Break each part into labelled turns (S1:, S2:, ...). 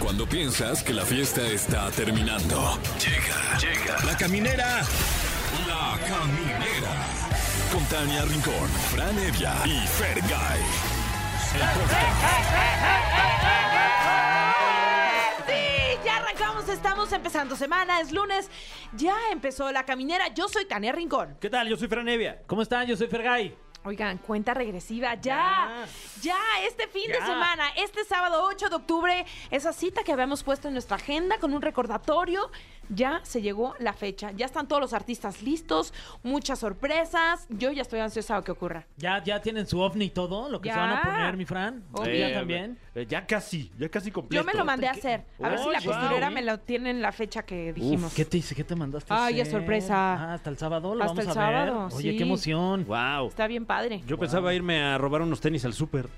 S1: Cuando piensas que la fiesta está terminando. Llega, llega. La caminera. La caminera. Con Tania Rincón, Fran Evia y Fergay. El podcast.
S2: Sí, ya arrancamos, estamos empezando semana, es lunes, ya empezó la caminera. Yo soy Tania Rincón.
S3: ¿Qué tal? Yo soy Fran Evia.
S4: ¿Cómo están? Yo soy Fergay.
S2: Oigan, cuenta regresiva, ya, ya, este fin de
S4: Ya.
S2: semana, este sábado 8 de octubre, esa cita que habíamos puesto en nuestra agenda con un recordatorio, ya se llegó la fecha, ya están todos los artistas listos, muchas sorpresas, yo ya estoy ansiosa a que ocurra.
S4: ¿Ya, ya tienen su ovni y todo? ¿Lo que se
S2: Ya.
S4: van a poner, mi Fran?
S2: Obvio.
S4: ¿Ya
S2: Eh,
S4: también?
S3: eh, ya casi, ya casi completo.
S2: Yo me lo mandé a hacer, a ver si la
S3: Oye,
S2: costurera
S3: wow.
S2: me lo tiene en la fecha que dijimos.
S4: ¿Qué te hice? ¿Qué te mandaste? a
S2: Ay, es
S4: hacer?
S2: sorpresa.
S4: Ah, hasta el sábado lo
S2: Hasta
S4: vamos
S2: el
S4: a ver.
S2: sábado,
S4: Oye,
S2: sí.
S4: qué emoción.
S3: Wow.
S2: Está bien padre.
S3: Yo pensaba irme a robar unos tenis al súper.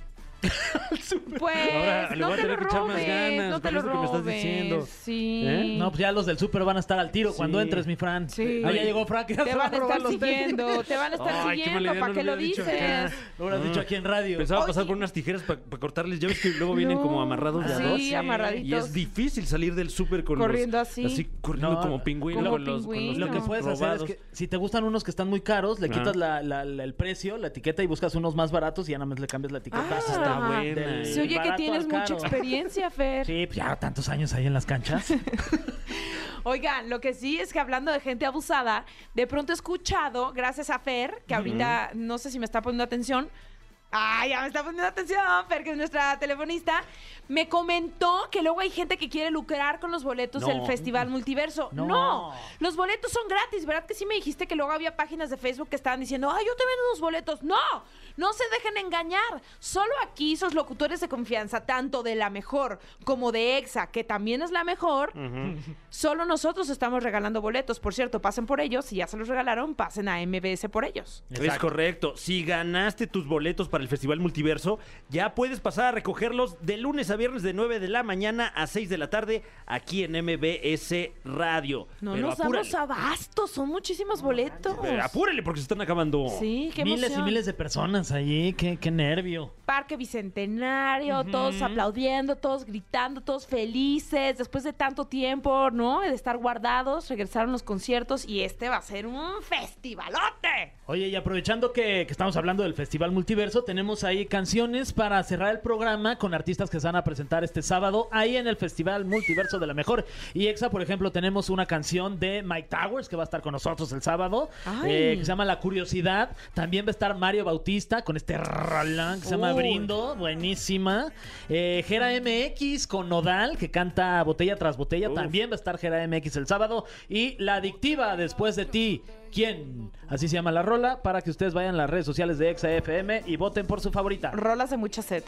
S2: Pues
S3: Ahora le
S2: no
S3: voy a
S2: te lo
S3: tener que echar más
S2: robes,
S3: ganas
S2: no te
S3: con
S2: lo
S3: eso que me estás
S2: robes,
S3: diciendo.
S2: Sí.
S3: ¿Eh?
S4: No, pues ya los del súper van a estar al tiro cuando entres, mi Fran.
S2: Sí.
S4: Ah, ya llegó Fran, que ya
S2: Te
S4: se va
S2: van a
S4: robar
S2: estar
S4: los tenis.
S2: siguiendo, te van a estar
S3: Ay, qué mala
S2: siguiendo,
S3: idea,
S2: ¿para
S3: no
S2: qué lo
S3: lo hubiera dicho acá.
S2: dices?
S4: Lo hubieras dicho aquí en radio.
S3: Pensaba
S2: Oye.
S3: pasar por unas tijeras para cortarles. Ya ves que luego vienen como amarrados de a
S2: Sí,
S3: dos.
S2: amarraditos.
S3: Y es difícil salir del súper con los-
S2: Corriendo así.
S3: Así, corriendo
S4: No,
S3: como pingüino.
S2: como
S3: con los, con los
S2: pingüino.
S4: Lo que puedes
S3: robados.
S4: hacer es que si te gustan unos que están muy caros, le
S3: Ajá.
S4: quitas la- la- la- el precio, la etiqueta y buscas unos más baratos y ya nada más le cambias la etiqueta.
S2: Ah,
S4: Eso
S2: Ajá.
S3: Está buena. ¿eh?
S4: Del-
S2: Se oye que
S4: barato
S2: tienes
S4: al
S2: mucha
S4: caro.
S2: experiencia, Fer.
S4: Sí, pues ya tantos años ahí en las canchas.
S2: Oigan, lo que sí es que hablando de gente abusada, de pronto he escuchado, gracias a Fer, que ahorita no sé si me está poniendo atención. Ay, ya me está poniendo atención, Fer, que es nuestra telefonista. Me comentó que luego hay gente que quiere lucrar con los boletos
S3: No.
S2: del Festival Multiverso. No.
S4: No.
S2: los boletos son gratis, ¿verdad? Que sí me dijiste que luego había páginas de Facebook que estaban diciendo, ay, yo te vendo unos boletos. No, no se dejen engañar. Solo aquí esos locutores de confianza, tanto de la mejor como de EXA, que también es la mejor, Solo nosotros estamos regalando boletos. Por cierto, pasen por ellos. Si ya se los regalaron, pasen a MBS por ellos.
S3: Es correcto. Si ganaste tus boletos para el Festival Multiverso, ya puedes pasar a recogerlos de lunes a viernes de 9 de la mañana a 6 de la tarde aquí en MBS Radio.
S2: No
S3: Pero
S2: nos
S3: apúrale.
S2: damos abasto. Son muchísimos boletos.
S3: Pero apúrale porque se están acabando.
S2: Pues. Sí, qué
S4: miles y
S2: emoción.
S4: miles de personas allí, qué, qué nervio.
S2: Parque Bicentenario, todos aplaudiendo, todos gritando, todos felices. Después de tanto tiempo, ¿no? De estar guardados, regresaron los conciertos y este va a ser un festivalote.
S4: Oye, y aprovechando que, que estamos hablando del Festival Multiverso, tenemos ahí canciones para cerrar el programa con artistas que se van a presentar este sábado ahí en el Festival Multiverso de la Mejor. Y Exa, por ejemplo, tenemos una canción de Mike Towers que va a estar con nosotros el sábado,
S2: Ay.
S4: eh, que se llama La Curiosidad. También va a estar Mario Bautista con este rolán que se llama
S2: Uy.
S4: Brindo, buenísima. Eh, Gera MX con Nodal, que canta Botella tras Botella.
S3: Uf.
S4: También va a estar Gera MX el sábado. Y La Adictiva, después de ti. ¿Quién? Así se llama la rola para que ustedes vayan a las redes sociales de ExaFM y voten por su favorita.
S2: Rolas de mucha sed.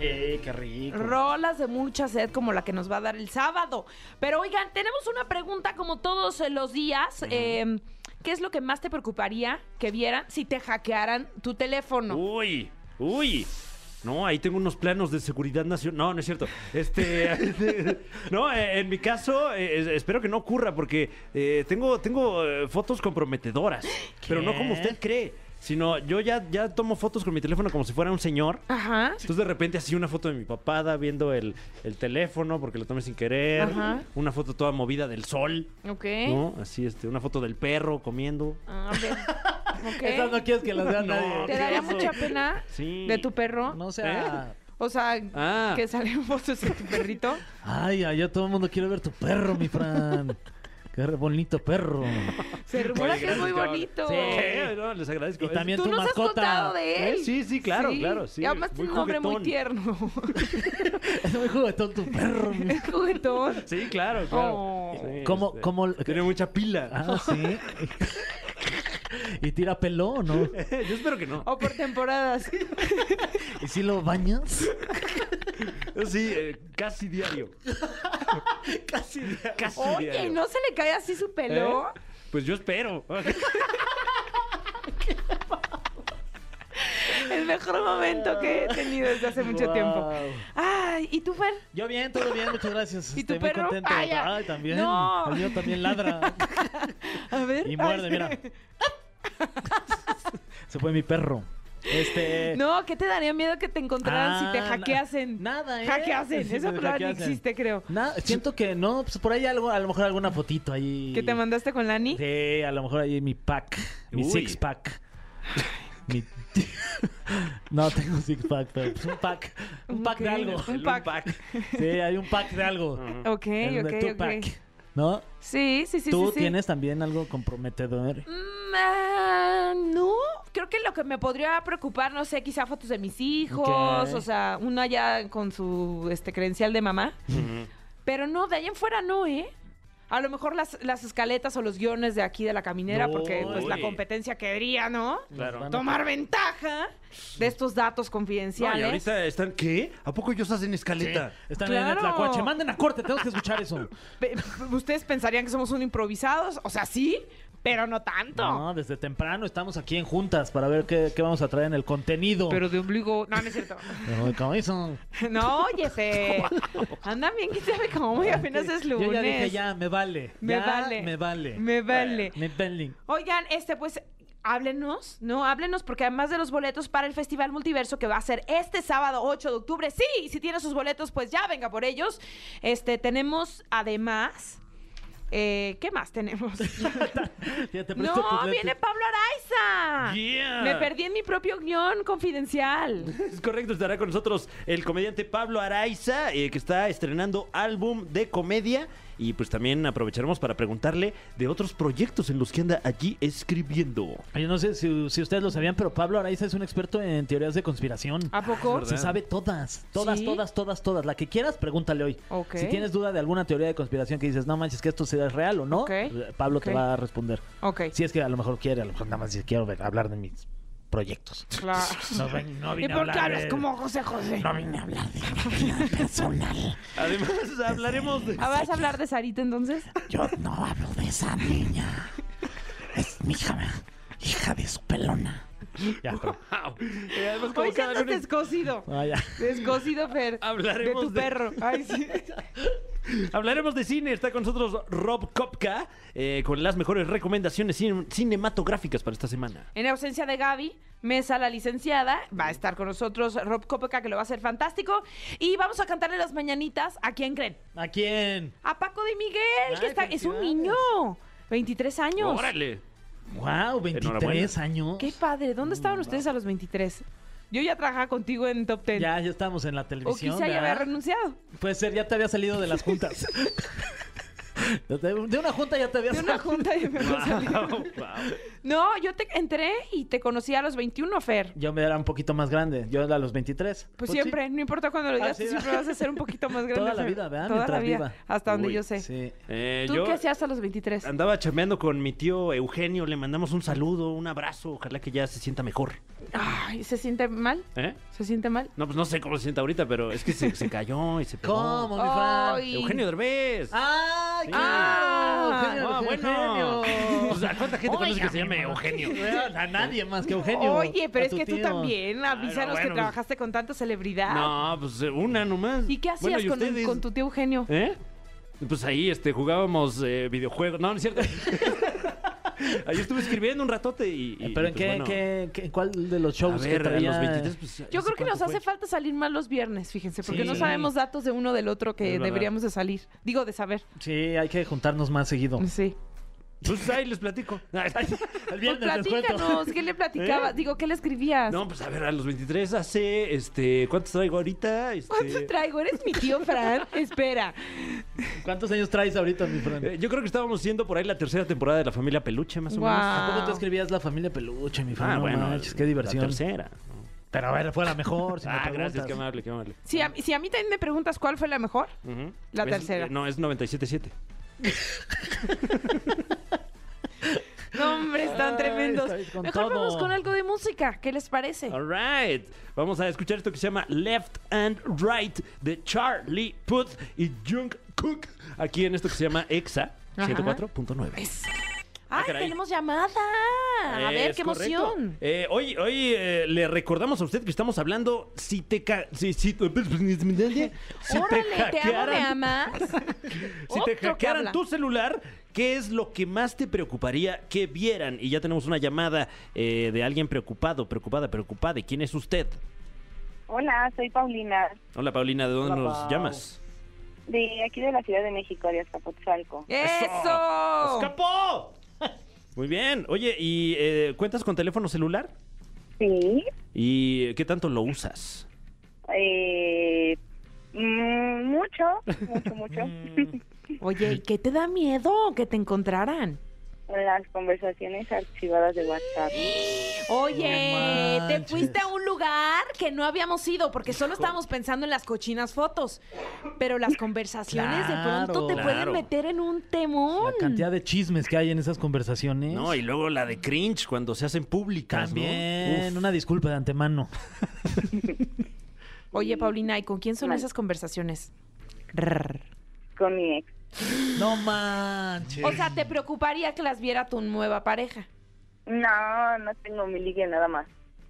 S4: ¡Eh, qué rico!
S2: Rolas de mucha sed como la que nos va a dar el sábado. Pero oigan, tenemos una pregunta como todos eh, los días. eh, ¿Qué es lo que más te preocuparía que vieran si te hackearan tu teléfono?
S3: Uy, uy. No, ahí tengo unos planos de seguridad nacional. No, no es cierto. Este, no, eh, en mi caso, eh, es- espero que no ocurra porque eh, tengo, tengo eh, fotos comprometedoras, pero no como usted cree, sino yo ya, ya tomo fotos con mi teléfono como si fuera un señor.
S2: Ajá.
S3: Entonces de repente así una foto de mi papada viendo el, el teléfono porque lo tomé sin querer,
S2: Ajá. ¿Eh?
S3: una foto toda movida del sol,
S2: Ok.
S3: ¿no? Así este, una foto del perro comiendo.
S2: Ah, ok. Ok.
S4: Esas no quieres que las vea
S3: No,
S4: nadie.
S2: ¿Te daría ¿Eh? mucha pena
S3: Sí.
S2: de tu perro?
S4: No sea...
S2: O sea,
S3: Ah.
S2: que salen fotos de tu perrito.
S4: Ay, ay, yo todo el mundo quiere ver tu perro, mi Fran. ¡Qué bonito perro!
S2: Se rumora que es muy bonito.
S3: Sí, no, les agradezco.
S4: Y también
S2: Tú
S4: tu
S2: nos has
S4: mascota.
S2: contado de él.
S3: ¿Eh? Sí, sí, claro, claro, sí.
S2: Y además
S3: Muy
S2: tiene un nombre muy
S3: juguetón.
S2: tierno.
S4: Es muy juguetón tu perro, mi
S2: es juguetón.
S3: Sí, claro, claro.
S2: Oh.
S3: Sí,
S4: ¿Cómo-
S3: este,
S4: cómo-
S3: Tiene mucha pila.
S4: Ah, sí. ¿Y tira pelo o no?
S3: Yo espero que no.
S2: O por temporadas.
S4: ¿Y si lo bañas?
S3: Sí, eh, casi diario. casi diario. Casi
S2: Oye,
S3: diario.
S2: ¿no se le cae así su pelo?
S3: ¿Eh? Pues yo espero.
S2: El mejor momento que he tenido desde hace mucho
S4: Guau.
S2: tiempo. Ay, ¿y tú, Fer?
S4: Yo bien, todo bien, muchas gracias.
S2: ¿Y tu
S4: Estoy muy
S2: perro?
S4: contento.
S2: Ay, ya.
S4: Ay, también.
S2: No.
S4: El mío también ladra
S2: A ver.
S4: y muerde,
S2: Ay,
S4: mira. Se fue mi perro. Este.
S2: No, ¿qué te daría miedo que te encontraran si te
S4: Ah, na-
S2: hackeasen?
S4: Nada, ¿eh?
S2: Hackeasen.
S4: Sí,
S2: Esa
S4: te
S2: palabra no
S4: hackeasen.
S2: existe, creo.
S4: Na- siento que no, pues por ahí algo, a lo mejor alguna fotito ahí.
S2: ¿Que te mandaste con Lani?
S4: Sí, a lo mejor ahí mi pack, mi
S3: Uy.
S4: six pack. Mi- no tengo six pack, pero pues un pack, un pack de
S2: Ok,
S4: algo.
S2: Un pack.
S4: Sí, hay un pack de algo.
S2: Ok,
S4: El de
S2: ok,
S4: tu
S2: ok.
S4: pack, ¿No?
S2: Sí, sí, sí.
S4: Tú
S2: sí, sí.
S4: tienes también algo comprometedor.
S2: Mm, ah, no, creo que lo que me podría preocupar, no sé, quizá fotos de mis hijos,
S4: Ok.
S2: o sea, una ya con su este credencial de mamá. Pero no, de ahí en fuera no, ¿eh? A lo mejor las, las escaletas o los guiones de aquí de la caminera,
S4: No,
S2: porque pues la
S3: uy.
S2: competencia querría, ¿no?
S3: Claro.
S4: Nos van a-
S2: Tomar ventaja de estos datos
S3: No, y
S2: confidenciales.
S3: ahorita están, ¿qué? ¿A poco ellos hacen escaleta?
S4: Están en el
S2: Claro.
S4: tlacuache. Manden a corte, tenemos que escuchar eso.
S2: Pe- Ustedes pensarían que somos un improvisados, o sea, sí, pero no tanto.
S4: No, desde temprano estamos aquí en juntas para ver qué, qué vamos a traer en el contenido.
S2: Pero de ombligo. No, no es cierto.
S4: Ay, ¿cómo hizo?
S2: No, óyese. Anda bien, quién sabe cómo y apenas es lunes.
S4: Yo ya dije, ya, me vale.
S2: Me
S4: Ya,
S2: vale.
S4: Me vale.
S2: Me vale.
S4: Me vale.
S2: Oigan, este, pues. Háblenos, ¿no? Háblenos porque además de los boletos para el Festival Multiverso que va a ser este sábado 8 de octubre, sí, si tiene sus boletos, pues ya venga por ellos. Este, tenemos además... eh, ¿Qué más tenemos?
S4: Ya te presto
S2: no,
S4: tus lentes.
S2: viene Pablo Araiza.
S3: Yeah.
S2: Me perdí en mi propio guión confidencial.
S3: Es correcto, estará con nosotros el comediante Pablo Araiza, eh, que está estrenando álbum de comedia. Y pues también aprovecharemos para preguntarle de otros proyectos en los que anda allí escribiendo.
S4: Yo no sé si, si ustedes lo sabían, pero Pablo Araiza es un experto en teorías de conspiración.
S2: ¿A poco?
S3: verdad.
S4: Se sabe todas, todas,
S2: Ah, ¿Sí?
S4: todas, todas, todas. La que quieras, pregúntale hoy.
S2: Ok.
S4: Si tienes duda de alguna teoría de conspiración que dices, no manches, que esto sea real o no,
S2: Ok.
S4: eh, Pablo te
S2: Ok.
S4: va a responder.
S2: Ok.
S4: Si es que a lo mejor quiere, a lo mejor nada más dice, quiero ver- hablar de mis proyectos.
S2: Claro.
S4: No, ven- no
S2: ¿Y
S4: vine a
S2: por qué
S4: hablar
S2: hablas
S4: de-
S2: como José José?
S4: No vine a hablar de mi vida personal.
S3: Además, hablaremos de.
S2: Ah, ¿Vas a hablar de Sarita entonces?
S5: Yo no hablo de esa niña. Es mi hija, hija de su pelona.
S4: Ya, pero-
S3: Eh, además, como
S2: Hoy sí
S3: cada
S2: andas
S3: lunes,
S2: descosido.
S4: Ah, ya.
S2: Descosido, Fer.
S3: Hablaremos
S2: de tu
S3: de-
S2: perro. Ay, sí.
S3: hablaremos de cine. Está con nosotros Rob Kopka eh, con las mejores recomendaciones cin- cinematográficas para esta semana.
S2: En ausencia de Gaby, Mesa, la licenciada, va a estar con nosotros Rob Copeca, que lo va a hacer fantástico. Y vamos a cantarle las mañanitas. ¿A quién creen?
S4: ¿A quién?
S2: A Paco de Miguel, que
S4: Ay,
S2: está, es un
S4: felicidades.
S2: niño. 23 años.
S3: ¡Órale!
S4: Wow, 23 años.
S2: Qué padre. ¿Dónde estaban ustedes a los 23? Yo ya trabajaba contigo en Top Ten.
S4: Ya, ya estamos en la
S2: o
S4: televisión.
S2: quizá ya había
S4: ¿verdad?
S2: renunciado.
S4: Puede ser, ya te había salido de las juntas. De una junta ya te había
S2: De una
S4: salido.
S2: junta y me salí. No, yo te entré y te conocí a los 21, Fer.
S4: Yo me era un poquito más grande. Yo era a los 23.
S2: Pues siempre, no importa cuándo lo
S4: Ah,
S2: digas,
S4: sí.
S2: tú siempre vas a ser un poquito más grande.
S4: Toda la
S2: Fer.
S4: vida, ¿verdad?
S2: Toda la
S4: Mientras
S2: vida,
S4: viva.
S2: hasta donde
S3: Uy,
S2: yo sé.
S4: Sí.
S3: Eh,
S2: ¿Tú
S3: yo
S2: qué hacías a los 23?
S3: andaba chameando con mi tío Eugenio. Le mandamos un saludo, un abrazo. Ojalá que ya se sienta mejor.
S2: Ay, ¿se siente mal?
S3: ¿Eh?
S2: ¿Se siente mal?
S3: No, pues no sé cómo se siente ahorita, pero es que se, se cayó y se pegó.
S4: ¿Cómo, mi Fran?
S2: Ay.
S3: Eugenio Derbez.
S4: ¡Ay, claro!
S2: Ah.
S4: Eugenio,
S3: Ah,
S4: Eugenio.
S3: bueno. O sea, ¿cuánta gente conoce que se llame Eugenio?
S4: Vean, A nadie más que Eugenio.
S2: Oye, pero
S4: A
S2: es
S4: tu
S2: que tú
S4: tío.
S2: también, avísanos
S3: bueno,
S2: que
S3: pues-
S2: trabajaste con tanta celebridad.
S3: No, pues eh, una nomás.
S2: ¿Y qué
S3: Bueno,
S2: hacías con,
S3: ustedes?
S2: con tu tío Eugenio?
S3: ¿Eh? Pues ahí este, jugábamos eh, videojuegos. No, no es cierto. ahí estuve escribiendo un ratote y. y-
S4: Eh, ¿Pero
S3: y,
S4: en
S3: pues,
S4: qué,
S3: bueno.
S4: qué, qué- cuál de los
S3: A
S4: shows
S3: ver,
S4: que
S3: a
S4: traía?
S3: los 23, pues.
S2: Yo
S3: ¿hace
S2: creo que nos
S3: cuánto
S2: hace
S3: fue?
S2: falta salir más los viernes, fíjense, porque
S4: Sí.
S2: no sabemos datos de uno del otro
S3: Es
S2: que
S3: verdad.
S2: deberíamos de salir. Digo, de saber.
S4: Sí, hay que juntarnos más seguido.
S2: Sí.
S3: Pues ahí les platico.
S4: El
S2: Pues platícanos, ¿qué le platicabas?
S3: ¿Eh?
S2: Digo, ¿qué le escribías?
S3: No, pues a ver, a los 23 hace. este ¿Cuántos traigo ahorita? Este,
S2: ¿Cuánto traigo? ¿Eres mi tío Fran? Espera.
S4: ¿Cuántos años traes ahorita, mi Fran?
S3: eh, Yo creo que estábamos siendo por ahí la tercera temporada de la familia Peluche, más o
S2: Guau.
S3: menos.
S4: ¿A
S2: Ah.
S4: poco tú escribías La Familia Peluche, mi Fran?
S3: Ah,
S4: No
S3: bueno,
S4: manches, qué diversión.
S3: La tercera.
S4: Pero a ver, fue la mejor, si me
S3: ah,
S4: preguntas.
S3: gracias, qué amable, qué amable.
S2: Si a, si a mí también me preguntas cuál fue la mejor,
S3: Ujú.
S2: La
S3: Es-
S2: tercera.
S3: eh, No, es 97.7.
S2: no, hombre, están
S4: Ay,
S2: tremendos.
S4: estáis con
S2: Mejor
S4: todo.
S2: vamos con algo de música. ¿Qué les parece?
S3: All right. Vamos a escuchar esto que se llama Left and Right de Charlie Puth y Jung Cook. Aquí en esto que se llama EXA
S2: Ajá.
S3: 104.9.
S2: ¡Ay,
S4: Ah,
S3: caray.
S2: tenemos llamada! A ver,
S3: Es
S2: qué
S3: correcto.
S2: emoción.
S3: Eh, hoy hoy eh, le recordamos a usted que estamos hablando si te ca- si, si, pues, si
S2: Órale,
S3: te
S2: te, amo, me
S3: hackearan,
S2: amas.
S3: si
S2: Otro
S3: te
S2: que
S3: hackearan
S2: habla.
S3: tu celular, ¿qué es lo que más te preocuparía que vieran? Y ya tenemos una llamada eh, de alguien preocupado, preocupada, preocupada. ¿Quién es usted?
S6: Hola, soy Paulina,
S3: Hola Paulina, ¿de dónde
S4: Hola,
S3: nos
S4: Pau.
S3: llamas?
S6: de aquí de la Ciudad de México, de Azcapotzalco.
S2: Eh. ¡Eso!
S3: ¡Escapó! Muy bien. Oye, ¿y eh, cuentas con teléfono celular?
S6: Sí.
S3: ¿Y qué tanto lo usas?
S6: Eh, mm, mucho, mucho, mucho.
S2: Oye, ¿y qué te da miedo que te encontraran?
S6: Las conversaciones archivadas de WhatsApp.
S2: Oye,
S4: No
S2: te
S4: manches.
S2: fuiste a un lugar que no habíamos ido porque solo estábamos pensando en las cochinas fotos. Pero las conversaciones de pronto te
S4: Claro.
S3: Claro.
S2: pueden meter en un temón.
S4: La cantidad de chismes que hay en esas conversaciones.
S3: No, y luego la de cringe cuando se hacen públicas, ¿no?
S4: También,
S3: Uf.
S4: una disculpa de antemano.
S2: Oye, Paulina, ¿y con quién son
S6: Mal.
S2: esas conversaciones? Rrr.
S6: Con mi ex.
S4: No manches.
S2: O sea, ¿te preocuparía que las viera tu nueva pareja?
S6: No, no tengo mi ligue nada más.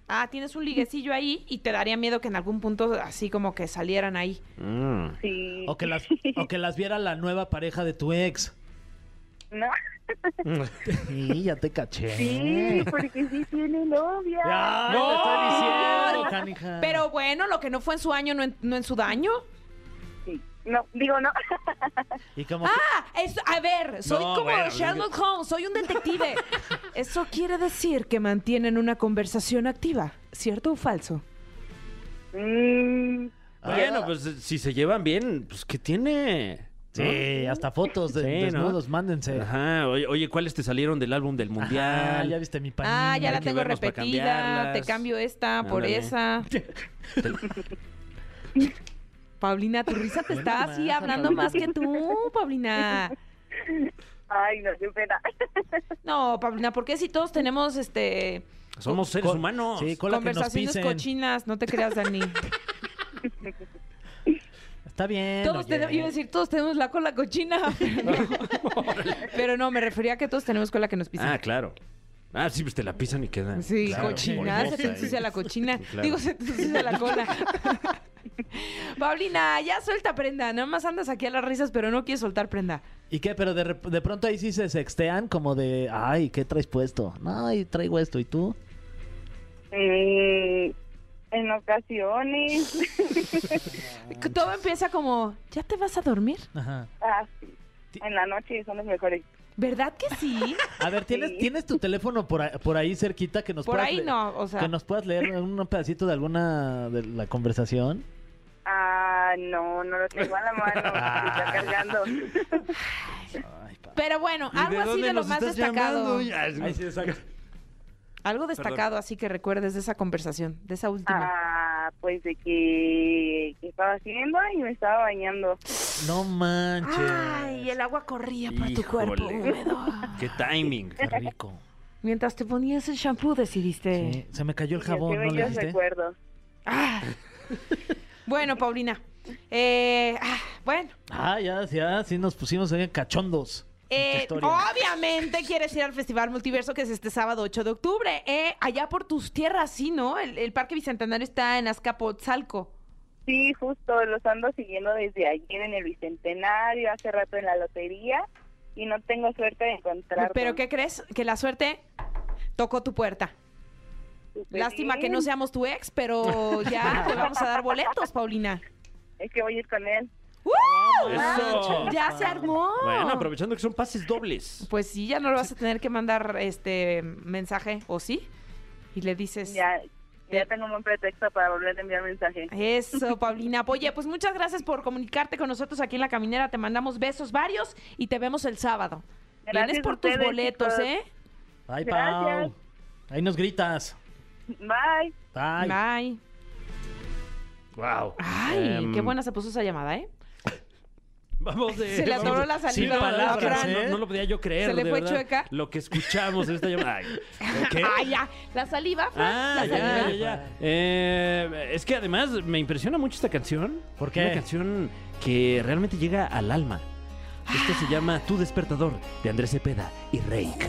S2: Ah, tienes un liguecillo ahí y te daría miedo que en algún punto así como que salieran ahí.
S3: Mm.
S6: Sí.
S4: O que las, o que las viera la nueva pareja de tu ex.
S6: No,
S4: Sí, ya te caché.
S6: sí, porque sí tiene novia.
S4: Ya,
S3: ¡No!
S4: te estoy diciendo, canija.
S2: Ah, Pero bueno, lo que no fue en su año, no en, no en su daño.
S6: Sí. No, digo no.
S4: Y como que-
S2: Ah, es- a ver, soy
S3: No,
S2: como
S3: bueno,
S2: Sherlock Holmes, soy un detective. Eso quiere decir que mantienen una conversación activa, ¿cierto o falso?
S6: Mm,
S4: ah,
S3: Bueno, pues si se llevan bien, pues ¿qué tiene?
S4: Sí, hasta fotos de
S3: Sí, ¿no?
S4: desnudos, mándense.
S3: Ajá, oye, oye, ¿cuáles te salieron del álbum del mundial?
S4: Ajá, ya viste mi panini.
S2: ah, ya
S3: hay
S2: la
S3: que
S2: tengo
S3: vernos para
S2: repetida, te
S3: cambiarlas.
S2: cambio esta por
S3: Ándale.
S2: esa. Paulina, tu risa te está
S3: pues,
S2: así
S4: más,
S2: hablando
S4: Paulina.
S2: más que tú, Paulina.
S6: ay, no, qué pena.
S2: No, Paulina, ¿por qué si todos tenemos este
S3: Somos seres
S4: Con-
S3: humanos.
S4: Sí, con la que nos
S2: conversaciones
S4: pisen.
S2: cochinas? No te creas, Dani.
S4: Está bien.
S2: Todos
S4: oye.
S2: tenemos, iba a decir, todos tenemos la cola cochina. Pero no, Pero no, me refería a que todos tenemos cola que nos pisa.
S3: Ah, claro. Ah, sí, pues te la pisan y queda.
S2: Sí,
S3: Claro,
S2: cochina, se
S3: polvosa
S2: te
S3: ahí.
S2: ensucia la cochina.
S3: Claro.
S2: Digo, se te ensucia la cola. Paulina, ya suelta prenda. Nada más andas aquí a las risas, pero no quieres soltar prenda.
S4: ¿Y qué? Pero de, rep- de pronto ahí sí se sextean como de, ay, ¿qué traes puesto? No, y traigo esto, ¿y tú?
S6: Mm, en ocasiones.
S2: Todo empieza como, ¿ya te vas a dormir?
S4: Ajá.
S6: Ah, sí. En la noche son los mejores.
S2: ¿Verdad que sí?
S4: A ver, ¿tienes,
S6: Sí.
S4: ¿tienes tu teléfono por, ahí- por ahí cerquita que nos
S2: Por
S4: puedas
S2: ahí
S4: le-
S2: no, o
S4: que
S2: sea.
S4: nos puedas leer un pedacito de alguna de la conversación?
S6: Ah, no, no lo tengo a la mano. Está cargando.
S2: Pero bueno,
S3: ¿Y
S2: algo así
S3: dónde
S2: de lo
S3: nos
S2: más
S3: estás
S2: destacado.
S3: llamando? Ay, sí, exacto.
S2: Algo destacado así que recuerdes de esa conversación, de esa última.
S6: Ah, pues de que, que estaba haciendo y me estaba bañando.
S4: No manches.
S2: Ay, el agua corría por tu
S3: Híjole.
S2: cuerpo húmedo.
S3: Qué timing.
S4: Qué rico.
S2: Mientras te ponías el shampoo decidiste...
S4: Sí, se me cayó el
S6: Qué
S4: jabón, ¿no le
S6: bellos
S4: diste?
S6: recuerdos.
S2: Ah. Bueno, Paulina. eh, ah, bueno,
S4: Ah, ya, ya, sí nos pusimos bien cachondos. Mucha
S2: eh,
S4: historia.
S2: obviamente quieres ir al Festival Multiverso que es este sábado 8 de octubre. eh, allá por tus tierras, sí, ¿no? El, el Parque Bicentenario está en Azcapotzalco.
S6: Sí, justo, los ando siguiendo desde ayer en el Bicentenario, hace rato en la lotería y no tengo suerte de encontrar.
S2: Pero ¿qué crees? Que la suerte tocó tu puerta.
S6: Pues
S2: Lástima que no seamos tu ex, pero ya te vamos a dar boletos, Paulina.
S6: Es que voy a ir con él.
S2: ¡Uh!
S3: Eso.
S2: Ya
S4: Ah.
S2: se armó.
S3: Bueno, aprovechando que son pases dobles.
S2: Pues sí, ya no le vas a tener que mandar este mensaje, ¿o sí? Y le dices...
S6: Ya, ya tengo un buen pretexto para volver a enviar mensaje.
S2: Eso, Paulina. Oye, pues muchas gracias por comunicarte con nosotros aquí en La Caminera. Te mandamos besos varios y te vemos el sábado.
S6: Gracias
S2: Vienes
S6: a
S2: por tus
S6: ustedes,
S2: boletos,
S6: chicos.
S2: ¿eh?
S4: Ay,
S6: Gracias.
S4: Pau. Ahí nos gritas.
S6: Bye.
S4: Ay.
S2: Bye.
S3: Wow.
S2: Ay,
S3: Em,
S2: qué buena se puso esa llamada, ¿eh?
S3: Vamos de-
S2: Se le
S3: vamos
S2: atoró
S3: de-
S2: la saliva.
S3: Sin palabras,
S4: Palabras,
S3: ¿eh?
S4: ¿eh?
S3: no, no lo podía yo creer.
S2: Se le
S3: de
S2: fue
S3: verdad.
S2: chueca.
S3: Lo que escuchamos en esta llamada. Ay, ¿ok?
S2: Ay, ya. La saliva, Fran,
S3: Ah,
S2: la
S3: ya,
S2: saliva.
S3: ya, ya. Eh, es que además me impresiona mucho esta canción.
S4: ¿Por qué?
S3: Una canción que realmente llega al alma. Esto se llama Tu despertador de Andrés Cepeda y Reik.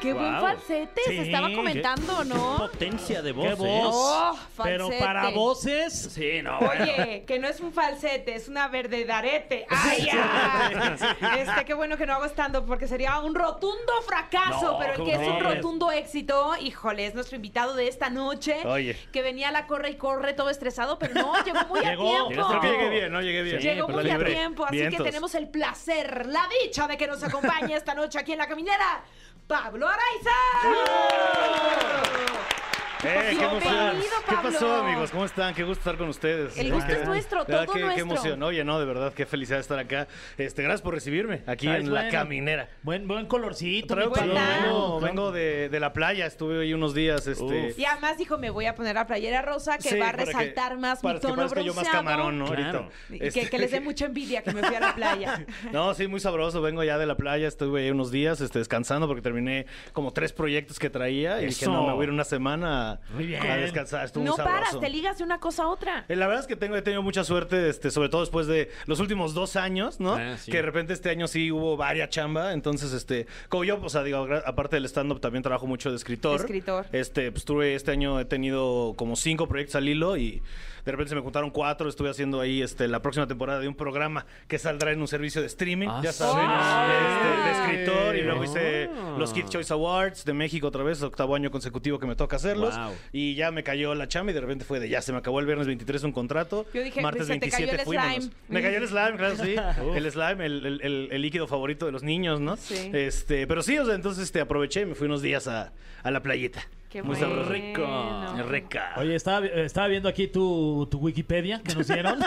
S2: Qué buen
S3: Guau.
S2: falsete,
S4: Sí,
S2: se estaba
S4: qué-
S2: comentando, ¿no?
S3: Potencia de voz.
S4: ¡Qué
S3: ¿eh?
S4: voz!
S2: Oh,
S4: Pero
S2: falsete.
S4: para voces.
S3: Sí, no, bueno.
S2: Oye, que no es un falsete, es una verdedarete. ¡Ay, ya! Este, qué bueno que no hago stand-up porque sería un rotundo fracaso,
S3: No,
S2: pero el
S3: ¿cómo
S2: que es un
S3: crees?
S2: rotundo éxito, híjole, es nuestro invitado de esta noche.
S3: Oye.
S2: Que venía a la corre y corre todo estresado, pero no, llegó muy
S4: Llegó,
S2: a tiempo.
S4: creo que llegué
S7: bien, ¿no? Llegué bien.
S2: Llegó
S7: por la
S2: muy a
S7: libre.
S2: tiempo, así que
S7: Vientos.
S2: tenemos el placer, la dicha de que nos acompañe esta noche aquí en La Caminera, Pablo Araiza.
S7: ¡Eh, qué
S2: Bienvenido,
S7: emoción! ¿Qué
S2: Pablo.
S7: pasó, amigos? ¿Cómo están? Qué gusto estar con ustedes.
S2: El
S7: De
S2: gusto
S7: verdad
S2: es
S7: que-
S2: nuestro,
S7: de verdad
S2: todo
S7: que- Qué
S2: nuestro.
S7: emoción. Oye, no, de verdad, qué felicidad estar acá. Este, gracias por recibirme aquí
S4: Ah, es
S7: en La
S4: bueno.
S7: Caminera.
S4: Buen, buen colorcito.
S7: Traigo
S4: mi
S2: Buena.
S7: calor,
S4: Pablo.
S7: vengo, vengo de, de la playa, estuve ahí unos días, este...
S3: Uf.
S2: Y además dijo, me voy a poner la playera rosa que
S7: sí,
S2: va a
S7: para que-
S2: resaltar más mi
S7: para que
S2: tono
S7: parezca yo más
S2: bronceado.
S7: camarón, ¿no?
S3: Claro.
S7: Ahorita.
S2: Y
S7: Este-
S2: que, que les dé mucha envidia que me fui a la playa.
S7: No, sí, muy sabroso. Vengo ya de la playa, estuve ahí unos días este, descansando porque terminé como tres proyectos que traía y dije,
S3: Eso.
S7: no, me voy a ir una semana a-
S4: Muy bien.
S7: a descansar. Estuvo
S2: no
S7: muy sabroso.
S2: paras, te ligas de una cosa a otra.
S7: Eh, La verdad es que tengo, he tenido mucha suerte, este, sobre todo después de los últimos dos años, ¿no?
S3: Ah, sí.
S7: Que de repente este año sí hubo varias chamba. Entonces, este, como yo, o sea, digo, gra- aparte del stand-up, también trabajo mucho de escritor.
S2: Escritor.
S7: Este, pues tuve, este año he tenido como cinco proyectos al hilo y de repente se me juntaron cuatro. Estuve haciendo ahí este, la próxima temporada de un programa que saldrá en un servicio de streaming,
S3: Ah,
S7: ya
S3: sí.
S7: saben,
S3: Ah.
S7: este, de escritor. Y luego
S3: Ah.
S7: hice los Kid Choice Awards de México otra vez, octavo año consecutivo que me toca hacerlos.
S3: Wow.
S7: Y ya me cayó la chamba y de repente fue de ya, se me acabó el viernes 23 un contrato.
S2: Yo dije,
S7: martes
S2: se te cayó
S7: 27
S2: el
S7: fuímonos.
S2: slime.
S7: Me cayó el slime, claro, sí. el slime, el, el- el- el líquido favorito de los niños, ¿no?
S2: Sí.
S7: Este, pero sí, o sea, entonces este, aproveché y me fui unos días a, a la playita.
S2: Qué
S7: Muy
S2: bueno.
S7: sabroso. Reca.
S4: Oye, estaba, eh, estaba viendo aquí tu, tu Wikipedia que nos dieron.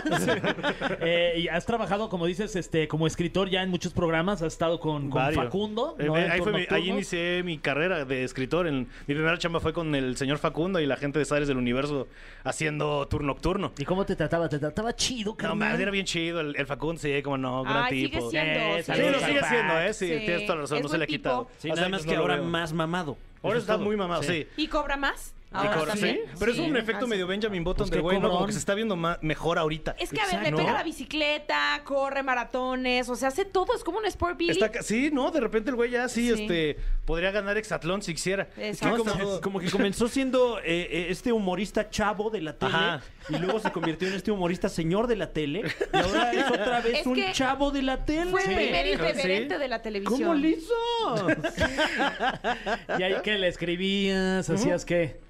S4: Eh, y has trabajado, como dices, este, como escritor ya en muchos programas. Has estado con, con
S7: Varios.
S4: Facundo.
S7: Eh,
S4: ¿no? En
S7: ahí, fue mi-
S4: turno
S7: ahí
S4: nocturno.
S7: inicié mi carrera de escritor. En, mi primera chamba fue con el señor Facundo y la gente de Sares del Universo haciendo turno nocturno.
S4: ¿Y cómo te trataba? Te trataba chido,
S7: No,
S4: carnal.
S7: más, era bien chido. El, el Facundo, sí, como no, gran
S2: Ay, sigue
S7: tipo.
S2: siendo, sí.
S4: Eh,
S7: Sí, lo
S4: Saludos
S7: sigue
S4: al
S7: haciendo,
S4: Pac.
S7: ¿eh? Sí,
S2: Sí,
S7: tienes toda la razón,
S2: es
S7: no se
S2: buen
S7: le ha
S2: tipo.
S7: quitado.
S3: Sí,
S7: O sea,
S3: nada más
S7: no
S3: que
S7: lo
S3: ahora
S7: veo.
S3: más mamado.
S7: Ahora
S3: Eso es
S7: está
S3: todo.
S7: muy mamado, sí.
S2: ¿Y cobra más?
S7: Y
S2: Ahora
S7: cobra, sí.
S2: también.
S7: Pero es
S2: Sí,
S7: un
S2: me
S7: efecto
S2: cansa.
S7: medio Benjamin Button
S4: Pues
S7: del
S4: qué
S7: güey, ¿no? Como
S4: cobrón.
S7: que se está viendo ma- mejor ahorita.
S2: Es que, a ver, le
S4: Exacto.
S2: pega la bicicleta, corre maratones, o sea, hace todo, es como un Sport Billy.
S7: Está ca- sí, no, de repente el güey ya sí,
S2: Sí.
S7: este, podría ganar hexatlón si quisiera.
S2: Exacto.
S7: No, está-
S3: Como, como que comenzó siendo eh, eh, este humorista chavo de la tele
S7: Ajá.
S3: y luego se convirtió en este humorista señor de la tele y ahora es otra vez
S2: Es
S3: un
S2: que
S3: chavo de la tele.
S2: Fue el primer
S7: pero sí.
S2: irreverente de la televisión.
S3: ¿Cómo le hizo?
S4: ¿Y ahí que le escribías? ¿Hacías qué?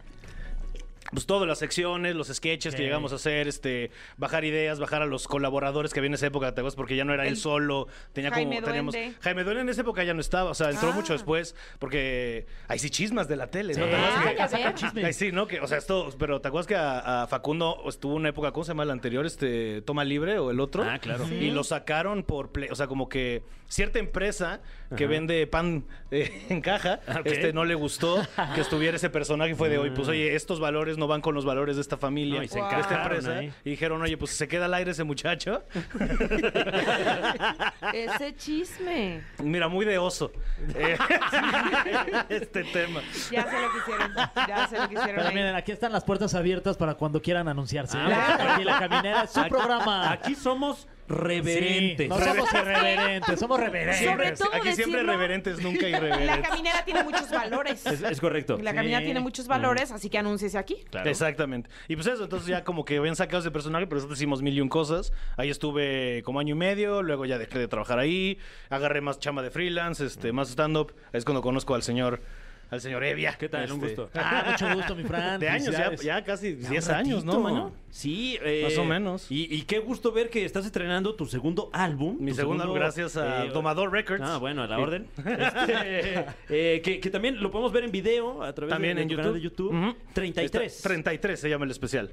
S7: Pues todas las secciones, los sketches que
S4: Ok.
S7: llegamos a hacer, este, bajar ideas, bajar a los colaboradores que había en esa época, ¿te acuerdas? Porque ya no era él solo, tenía
S2: Jaime
S7: como teníamos
S2: Duende.
S7: Jaime Duende en esa época ya no estaba, o sea, entró
S2: Ah.
S7: mucho después porque hay sí chismas de la tele, ¿no? ¿Te acuerdas
S2: Ah,
S7: que-
S2: ya
S4: Saca
S2: ven.
S4: chisme.
S7: Ay, sí, ¿no? Que, o sea, esto, pero ¿te acuerdas que a, a Facundo estuvo una época, ¿cómo se llama el anterior? Este, Toma Libre o el otro.
S3: Ah, claro. Sí.
S7: Y lo sacaron por, ple- o sea, como que cierta empresa que vende pan eh, en caja,
S3: Ah, ok.
S7: este, no le gustó que estuviera ese personaje y fue de hoy, pues oye, estos valores no van con los valores de esta familia,
S3: No, y se
S7: de esta
S3: encajaron
S7: empresa.
S3: ahí.
S7: Y dijeron, oye, pues se queda al aire ese muchacho.
S2: Ese chisme.
S7: Mira, muy de oso. eh, este tema.
S2: Ya sé lo que hicieron. Ya sé lo que hicieron.
S4: Pero
S2: ahí.
S4: miren, aquí están las puertas abiertas para cuando quieran anunciarse. ¿eh?
S3: Ah,
S4: Aquí la caminera es su
S3: Aquí-
S4: programa.
S3: Aquí somos
S4: Sí,
S3: reverentes.
S4: no somos irreverentes, somos
S2: Sobre
S4: reverentes.
S2: todo
S7: Aquí siempre
S2: decirlo-
S7: reverentes, nunca
S2: La
S7: irreverentes.
S2: caminera tiene muchos valores.
S3: es, es correcto.
S2: La caminera
S4: Sí.
S2: tiene muchos valores, así que anúnciese aquí.
S3: Claro.
S7: Exactamente. Y pues eso, entonces ya como que habían sacado ese personaje, pero nosotros hicimos mil y un cosas. Ahí estuve como año y medio, luego ya dejé de trabajar ahí, agarré más chamba de freelance, este, más stand-up. Es cuando conozco al señor, al señor Evia.
S3: ¿Qué tal? Un
S7: Este,
S3: gusto.
S4: Ah, mucho gusto, mi Fran.
S7: De años, ya,
S4: Felicidades.
S7: ya casi 10
S3: Un
S7: años, ¿no,
S3: ratito.
S7: Maño?
S3: Sí, eh,
S7: Más o menos.
S3: Y, y qué gusto ver que estás estrenando tu segundo álbum.
S7: Mi
S3: tu
S7: segundo, gracias a
S3: eh,
S7: Domador Records.
S3: Ah, bueno, a la
S7: Sí.
S3: orden. Este, eh, que, que también lo podemos ver en video a través
S7: También
S3: de, de
S7: en
S3: tu
S7: YouTube.
S3: canal de YouTube.
S7: Ujú.
S3: 33.
S7: Está- 33 se llama el especial.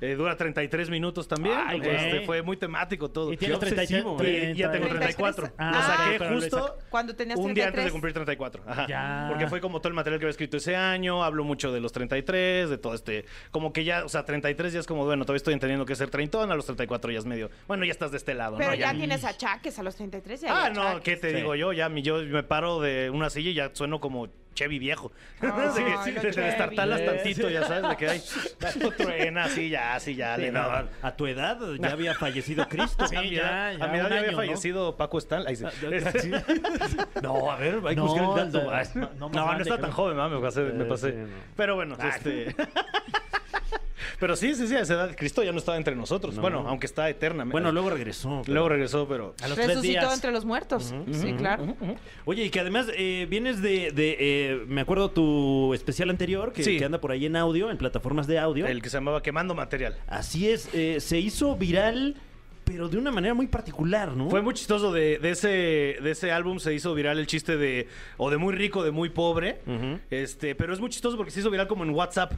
S7: Eh, dura 33 minutos también.
S3: Ay,
S4: güey.
S7: Este, fue muy temático todo.
S4: Y eh, tienes
S3: Qué
S4: 30
S3: obsesivo,
S7: Y ya tengo
S2: 33.
S7: 34.
S4: Ah,
S7: lo saqué
S4: pero lo
S7: justo
S4: saca-
S2: Cuando tenías
S7: un día antes de
S2: 33.
S7: cumplir 34. Ajá.
S4: Ya.
S7: Porque fue como todo el material que había escrito ese año, hablo mucho de los 33, de todo este... Como que ya, o sea, 33 ya es como, bueno, todavía estoy entendiendo que es ser treintón, a los 34 ya es medio... Bueno, ya estás de este lado,
S2: Pero
S7: ¿no?
S2: ya tienes achaques a los 33. ya hay
S7: Ah, no,
S2: achaques.
S7: ¿qué te digo yo? Ya mi- yo me paro de una silla y ya sueno como Chevy viejo.
S2: Ay,
S7: Así que
S2: no,
S7: te
S2: Chevy.
S7: destartalas tantito, ya sabes, de que hay. Truena, así ya, así ya.
S3: Sí,
S7: de
S3: no, Ah,
S7: nada.
S3: a, a tu edad ya había fallecido Cristo.
S7: Sí,
S4: ya,
S7: ya,
S4: ya
S7: a mi edad
S4: un
S7: ya
S4: año,
S7: había
S4: ¿no?
S7: fallecido Paco Stanley. Ay, sí.
S3: Sí. No, a ver, hay que
S4: No,
S3: buscar el dato.
S4: el de-
S3: Ah,
S4: no,
S7: No,
S4: no más
S7: no
S4: grande,
S7: está tan
S4: creo.
S7: joven, mami, me pasé. me
S3: Eh,
S7: pasé.
S3: sí, no.
S7: Pero bueno, este. pero sí, sí, sí, a esa edad Cristo ya no estaba entre nosotros.
S3: No.
S7: Bueno, aunque está eternamente.
S3: Bueno, luego regresó. pero-
S7: Luego regresó, pero.
S4: A los tres
S2: Resucitó
S4: días.
S2: entre los muertos. Sí, claro.
S3: Oye, y que además eh, vienes de, de, eh, me acuerdo tu especial anterior, que,
S7: Sí.
S3: que anda por ahí en audio, en plataformas de audio.
S7: El que se llamaba Quemando Material.
S3: Así es, eh, se hizo viral, pero de una manera muy particular, ¿no?
S7: Fue muy chistoso de, de ese de ese álbum se hizo viral el chiste de o de muy rico o de muy pobre.
S3: Ujú.
S7: Este, pero es muy chistoso porque se hizo viral como en WhatsApp.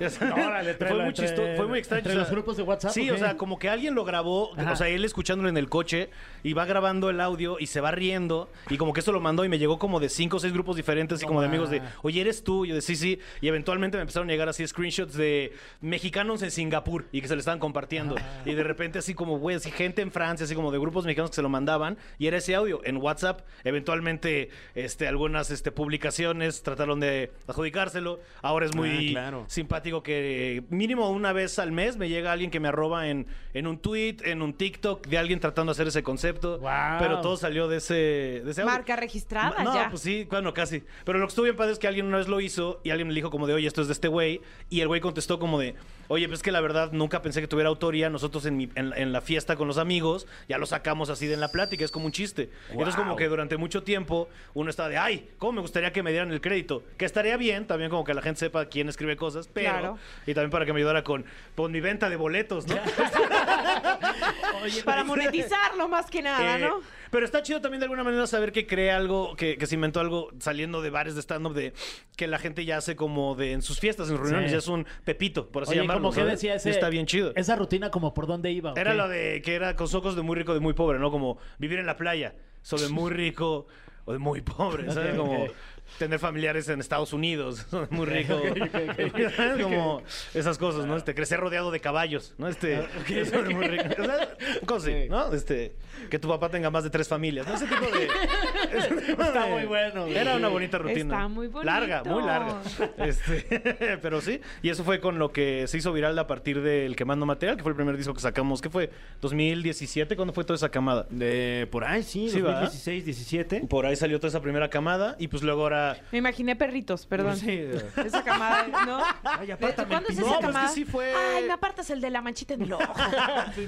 S7: Ya sabes,
S4: Órale,
S7: fue
S4: tráela,
S7: muy
S4: entre-
S7: chistoso, fue muy extraño.
S4: entre
S7: o sea,
S4: los grupos de WhatsApp,
S7: Sí,
S4: ¿o
S7: o
S4: qué?
S7: sea, como que alguien lo grabó, o
S4: Ajá.
S7: sea, él escuchándolo en el coche y va grabando el audio y se va riendo y como que eso lo mandó y me llegó como de cinco o seis grupos diferentes y como de amigos de, "Oye, eres tú." Y yo de, "Sí, sí." Y eventualmente me empezaron a llegar así screenshots de mexicanos en Singapur y que se le estaban compartiendo
S4: Ah.
S7: y de repente así como, güey, así gente en Francia, así como de grupos mexicanos que se lo mandaban y era ese audio en WhatsApp. Eventualmente este algunas este publicaciones trataron de adjudicárselo. Ahora es muy
S3: Ah, claro.
S7: simpático que eh, mínimo una vez al mes me llega alguien que me arroba en, en un tweet, en un TikTok de alguien tratando de hacer ese concepto.
S4: Guau.
S7: Pero todo salió de ese, de ese audio.
S2: Marca registrada
S7: No,
S2: ya.
S7: pues sí, bueno, casi. Pero lo que estuvo bien padre es que alguien una vez lo hizo y alguien le dijo como de, oye, esto es de este güey. Y el güey contestó como de, oye, pues es que la verdad nunca pensé que tuviera autoría. Nosotros en, mi- en- en la fiesta con los amigos ya lo sacamos así de en la plática, es como un chiste. Entonces como que durante mucho tiempo uno estaba de, ay, ¿cómo me gustaría que me dieran el crédito? Que estaría bien también como que la gente sepa quién escribe cosas, pero...
S2: Claro.
S7: Y también para que me ayudara con, con mi venta de boletos, ¿no?
S2: Para monetizarlo más que nada,
S7: pues, Eh,
S2: ¿no?
S7: Pero está chido también de alguna manera saber que crea algo, que, que se inventó algo saliendo de bares de stand-up de que la gente ya hace como de en sus fiestas, en sus reuniones,
S4: Sí.
S7: ya es un pepito, por así
S4: Oye,
S7: llamarlo.
S4: como que
S7: ¿sabes?
S4: decía ese...
S7: Está bien chido.
S4: Esa rutina como por dónde iba. ¿o
S7: Era
S4: qué?
S7: lo de que era con socos de muy rico, de muy pobre, ¿no? Como vivir en la playa, o de muy rico o de muy pobre, ¿sabes?
S4: Ok,
S7: como
S4: ok.
S7: tener familiares en Estados Unidos, o de muy rico. ¿sabes? Como esas cosas, ¿no? Este, crecer rodeado de caballos, ¿no? Este,
S4: Ah,
S7: eso de muy rico. O sea, cosas así, ¿no? Este, que tu papá tenga más de tres familias, ¿no? Ese tipo de... ese tipo
S4: Está
S7: de-
S4: muy bueno, güey.
S7: Era una bonita rutina.
S2: Está muy bonito.
S7: Larga, muy larga. Este, pero sí, y eso fue con lo que se hizo viral a partir del Quemando Material, que fue el primer disco que sacamos. ¿Qué fue? ¿2017? ¿Cuándo fue toda esa camada?
S3: De por ahí, sí,
S7: Sí, ¿verdad?
S3: 2016, 17.
S7: Por ahí salió toda esa primera camada y pues luego ahora... pues,
S2: Me imaginé perritos, perdón. Esa camada, ¿no?
S3: Ay, apártame
S2: ¿Cuándo
S3: el
S2: es
S3: pino.
S2: esa
S7: No, pues
S2: camada?
S7: que sí fue-
S2: Ay, me apartas el de la manchita en el ojo.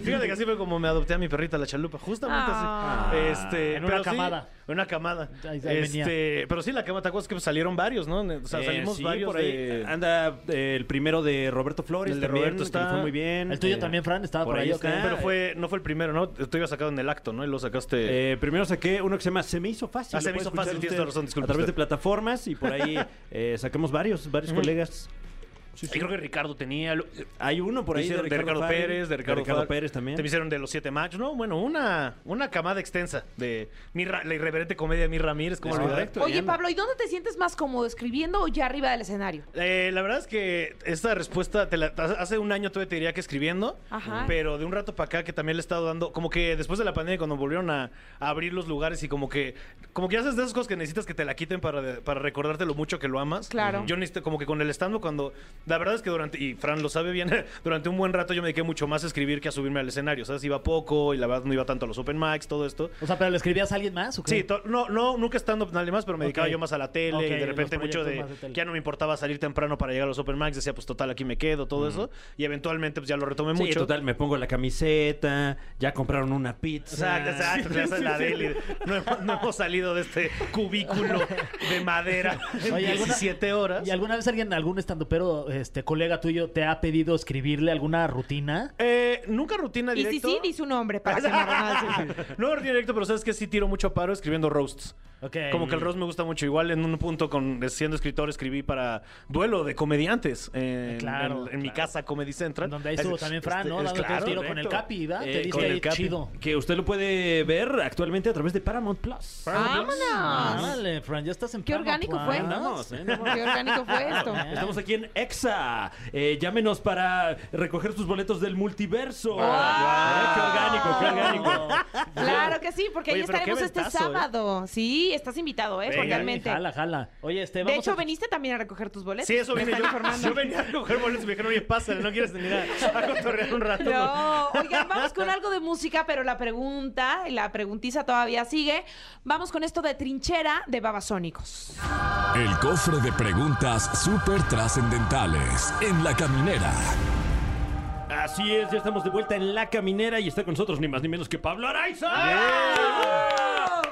S7: Fíjate que así fue como me adopté a mi perrita, la chalupa, justamente
S2: Ah.
S7: así. Este,
S4: En una
S7: pero sí,
S4: camada.
S7: en una camada.
S4: Ahí- ahí venía.
S7: Este, pero sí, la camada, ¿te acuerdas que salieron varios, no? O sea,
S3: Eh,
S7: salimos
S3: sí,
S7: varios
S3: por ahí.
S7: de-
S3: Anda eh, el primero de Roberto Flores.
S7: El de
S3: también, que
S7: Roberto está.
S3: le fue muy bien.
S4: El tuyo
S3: Eh,
S4: también, Fran, estaba por, ahí. ¿o qué?
S3: está.
S7: Pero fue, no fue el primero, ¿no? Tú ibas sacado en el acto, ¿no? Y lo sacaste...
S3: Eh, primero saqué uno que se llama Se me hizo fácil.
S7: Ah, Se
S3: Lo
S7: me hizo
S3: puede escuchar
S7: fácil, tienes
S3: usted
S7: toda la razón, disculpe
S3: A través de
S7: usted.
S3: plataformas y por ahí eh, sacamos varios, varios colegas.
S7: Y creo que Ricardo tenía... eh,
S3: Hay uno por ahí de
S7: Hicieron
S3: Ricardo, Farrell,
S7: Pérez, de Ricardo, Farrell.
S3: Pérez también.
S7: Te hicieron de los siete match, ¿no? Bueno, una, una camada extensa de mi Ra- la irreverente comedia de Mir Ramírez, como
S3: Es
S7: olvidar.
S3: correcto.
S2: Oye,
S3: anda.
S2: Pablo, ¿y dónde te sientes más cómodo, escribiendo o ya arriba del escenario?
S7: Eh, la verdad es que esta respuesta te la- hace un año todavía te diría que escribiendo,
S2: Ajá.
S7: pero de un rato para acá que también le he estado dando, como que después de la pandemia cuando volvieron a, a abrir los lugares y como que como que haces de esas cosas que necesitas que te la quiten para, de- para recordarte lo mucho que lo amas.
S2: Claro.
S7: Yo necesito como que con el stand cuando la verdad es que durante y Fran lo sabe bien, durante un buen rato yo me dediqué mucho más a escribir que a subirme al escenario, sabes, iba poco y la verdad no iba tanto a los open mics, todo esto.
S4: O sea, pero le escribías a alguien más, ¿o qué?
S7: Sí, to- no, no, nunca estando nadie más, pero me
S4: Ok.
S7: dedicaba yo más a la tele
S4: Ok,
S7: y de
S4: los
S7: repente mucho
S4: proyectos
S7: de,
S4: más de tele.
S7: que ya no me importaba salir temprano para llegar a los open mics, decía pues total aquí me quedo, todo eso, y eventualmente pues ya lo retomé
S3: Sí,
S7: mucho.
S3: total, me pongo la camiseta, ya compraron una pizza.
S7: Exacto, exacto, te haces la deli. No, hemos- no hemos salido de este cubículo de madera en
S4: Oye, ¿alguna-
S7: 17 horas.
S4: ¿Y alguna vez alguien, algún estandopero, este, colega tuyo, te ha pedido escribirle alguna rutina?
S7: Eh, nunca rutina
S2: Y si
S7: directo. Ah,
S2: sí, di su nombre para que no- no, sí, sí.
S7: No rutina directo, pero sabes que sí tiro mucho paro escribiendo roasts.
S4: Ok.
S7: Como que el roast me gusta mucho. Igual en un punto, con, siendo escritor, escribí para duelo de comediantes en,
S4: Claro,
S7: en- en mi
S4: claro.
S7: casa Comedy Central.
S4: Donde ahí estuvo
S7: Es- este,
S4: también Fran, ¿no?
S7: es
S4: Dándote
S7: claro,
S4: un tiro con el
S7: correcto.
S4: Capi, ¿verdad?
S3: Eh,
S4: te
S3: con
S4: dice
S7: el
S4: ahí
S7: Capi.
S4: chido.
S3: Que usted lo puede ver actualmente a través de Paramount Plus.
S4: Ah,
S2: ¡Vámonos!
S4: Ándale, Fran, ya estás en
S2: Qué
S4: Paramount
S2: orgánico
S4: Plus.
S2: fue.
S3: andamos, ¿eh? Andamos.
S2: Qué orgánico fue esto.
S3: Estamos aquí en EXA. Eh, llámenos para recoger sus boletos del multiverso.
S7: Wow. Ah,
S4: Ah.
S3: Eh, ¡Qué orgánico, qué orgánico!
S2: Claro que sí, porque
S7: Oye,
S2: ahí
S7: pero qué
S2: estaremos este
S7: ventazo, ¿eh?
S2: sábado. Sí, estás invitado, ¿eh?
S7: Venga,
S2: Totalmente.
S4: Jala, jala. Oye, este,
S2: De
S4: vamos
S2: hecho,
S4: a-
S2: veniste también a recoger tus boletos.
S7: Sí, eso
S2: Me
S7: vine yo.
S2: están informando.
S7: Yo venía a coger boletos y me dijeron, oye, pásale, no quieres venir a, a cotorrear un rato.
S2: No, oigan, vamos con algo de música, pero la pregunta, la preguntiza todavía sigue. Vamos con esto de trinchera de babasónicos.
S1: El cofre de preguntas súper trascendentales en la caminera.
S3: Así es, ya estamos de vuelta en La Caminera y está con nosotros ni más ni menos que Pablo Araiza.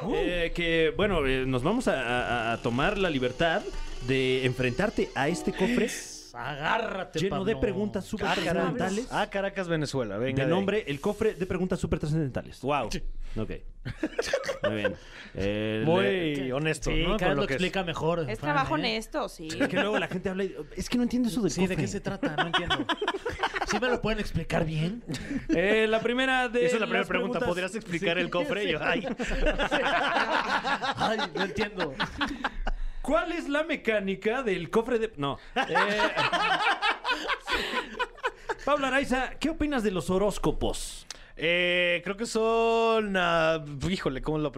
S7: Uh.
S3: Eh, que bueno, eh, nos vamos a, a- a tomar la libertad de enfrentarte a este cofre
S4: Agárrate,
S3: lleno de
S4: Pablo.
S3: preguntas súper trascendentales.
S7: Caracas, ah, Caracas, Venezuela. Venga.
S3: De
S7: ahí.
S3: nombre, el cofre de preguntas súper trascendentales.
S7: Wow.
S3: Ok. Muy bien. Eh, le-
S7: Muy honesto,
S4: Sí,
S7: ¿no?
S4: cada
S7: Con
S4: lo
S7: lo que es.
S4: explica mejor.
S2: Es
S4: Fran,
S2: trabajo
S4: ¿eh?
S2: honesto, sí.
S3: Es que luego la gente habla y, Es que no entiendo eso del
S4: Sí,
S3: cofre.
S4: ¿de qué se trata? No entiendo. ¿Sí me lo pueden explicar bien?
S3: Eh, la primera de.
S7: Esa es la
S3: las
S7: primera pregunta.
S3: preguntas-
S7: ¿Podrías explicar
S3: Sí.
S7: el cofre? Y yo, ay.
S4: Ay, no entiendo.
S3: ¿Cuál es la mecánica del cofre de.? No. Eh, Pablo Araiza, ¿qué opinas de los horóscopos?
S7: Eh, creo que son. ah, híjole, ¿cómo lo.?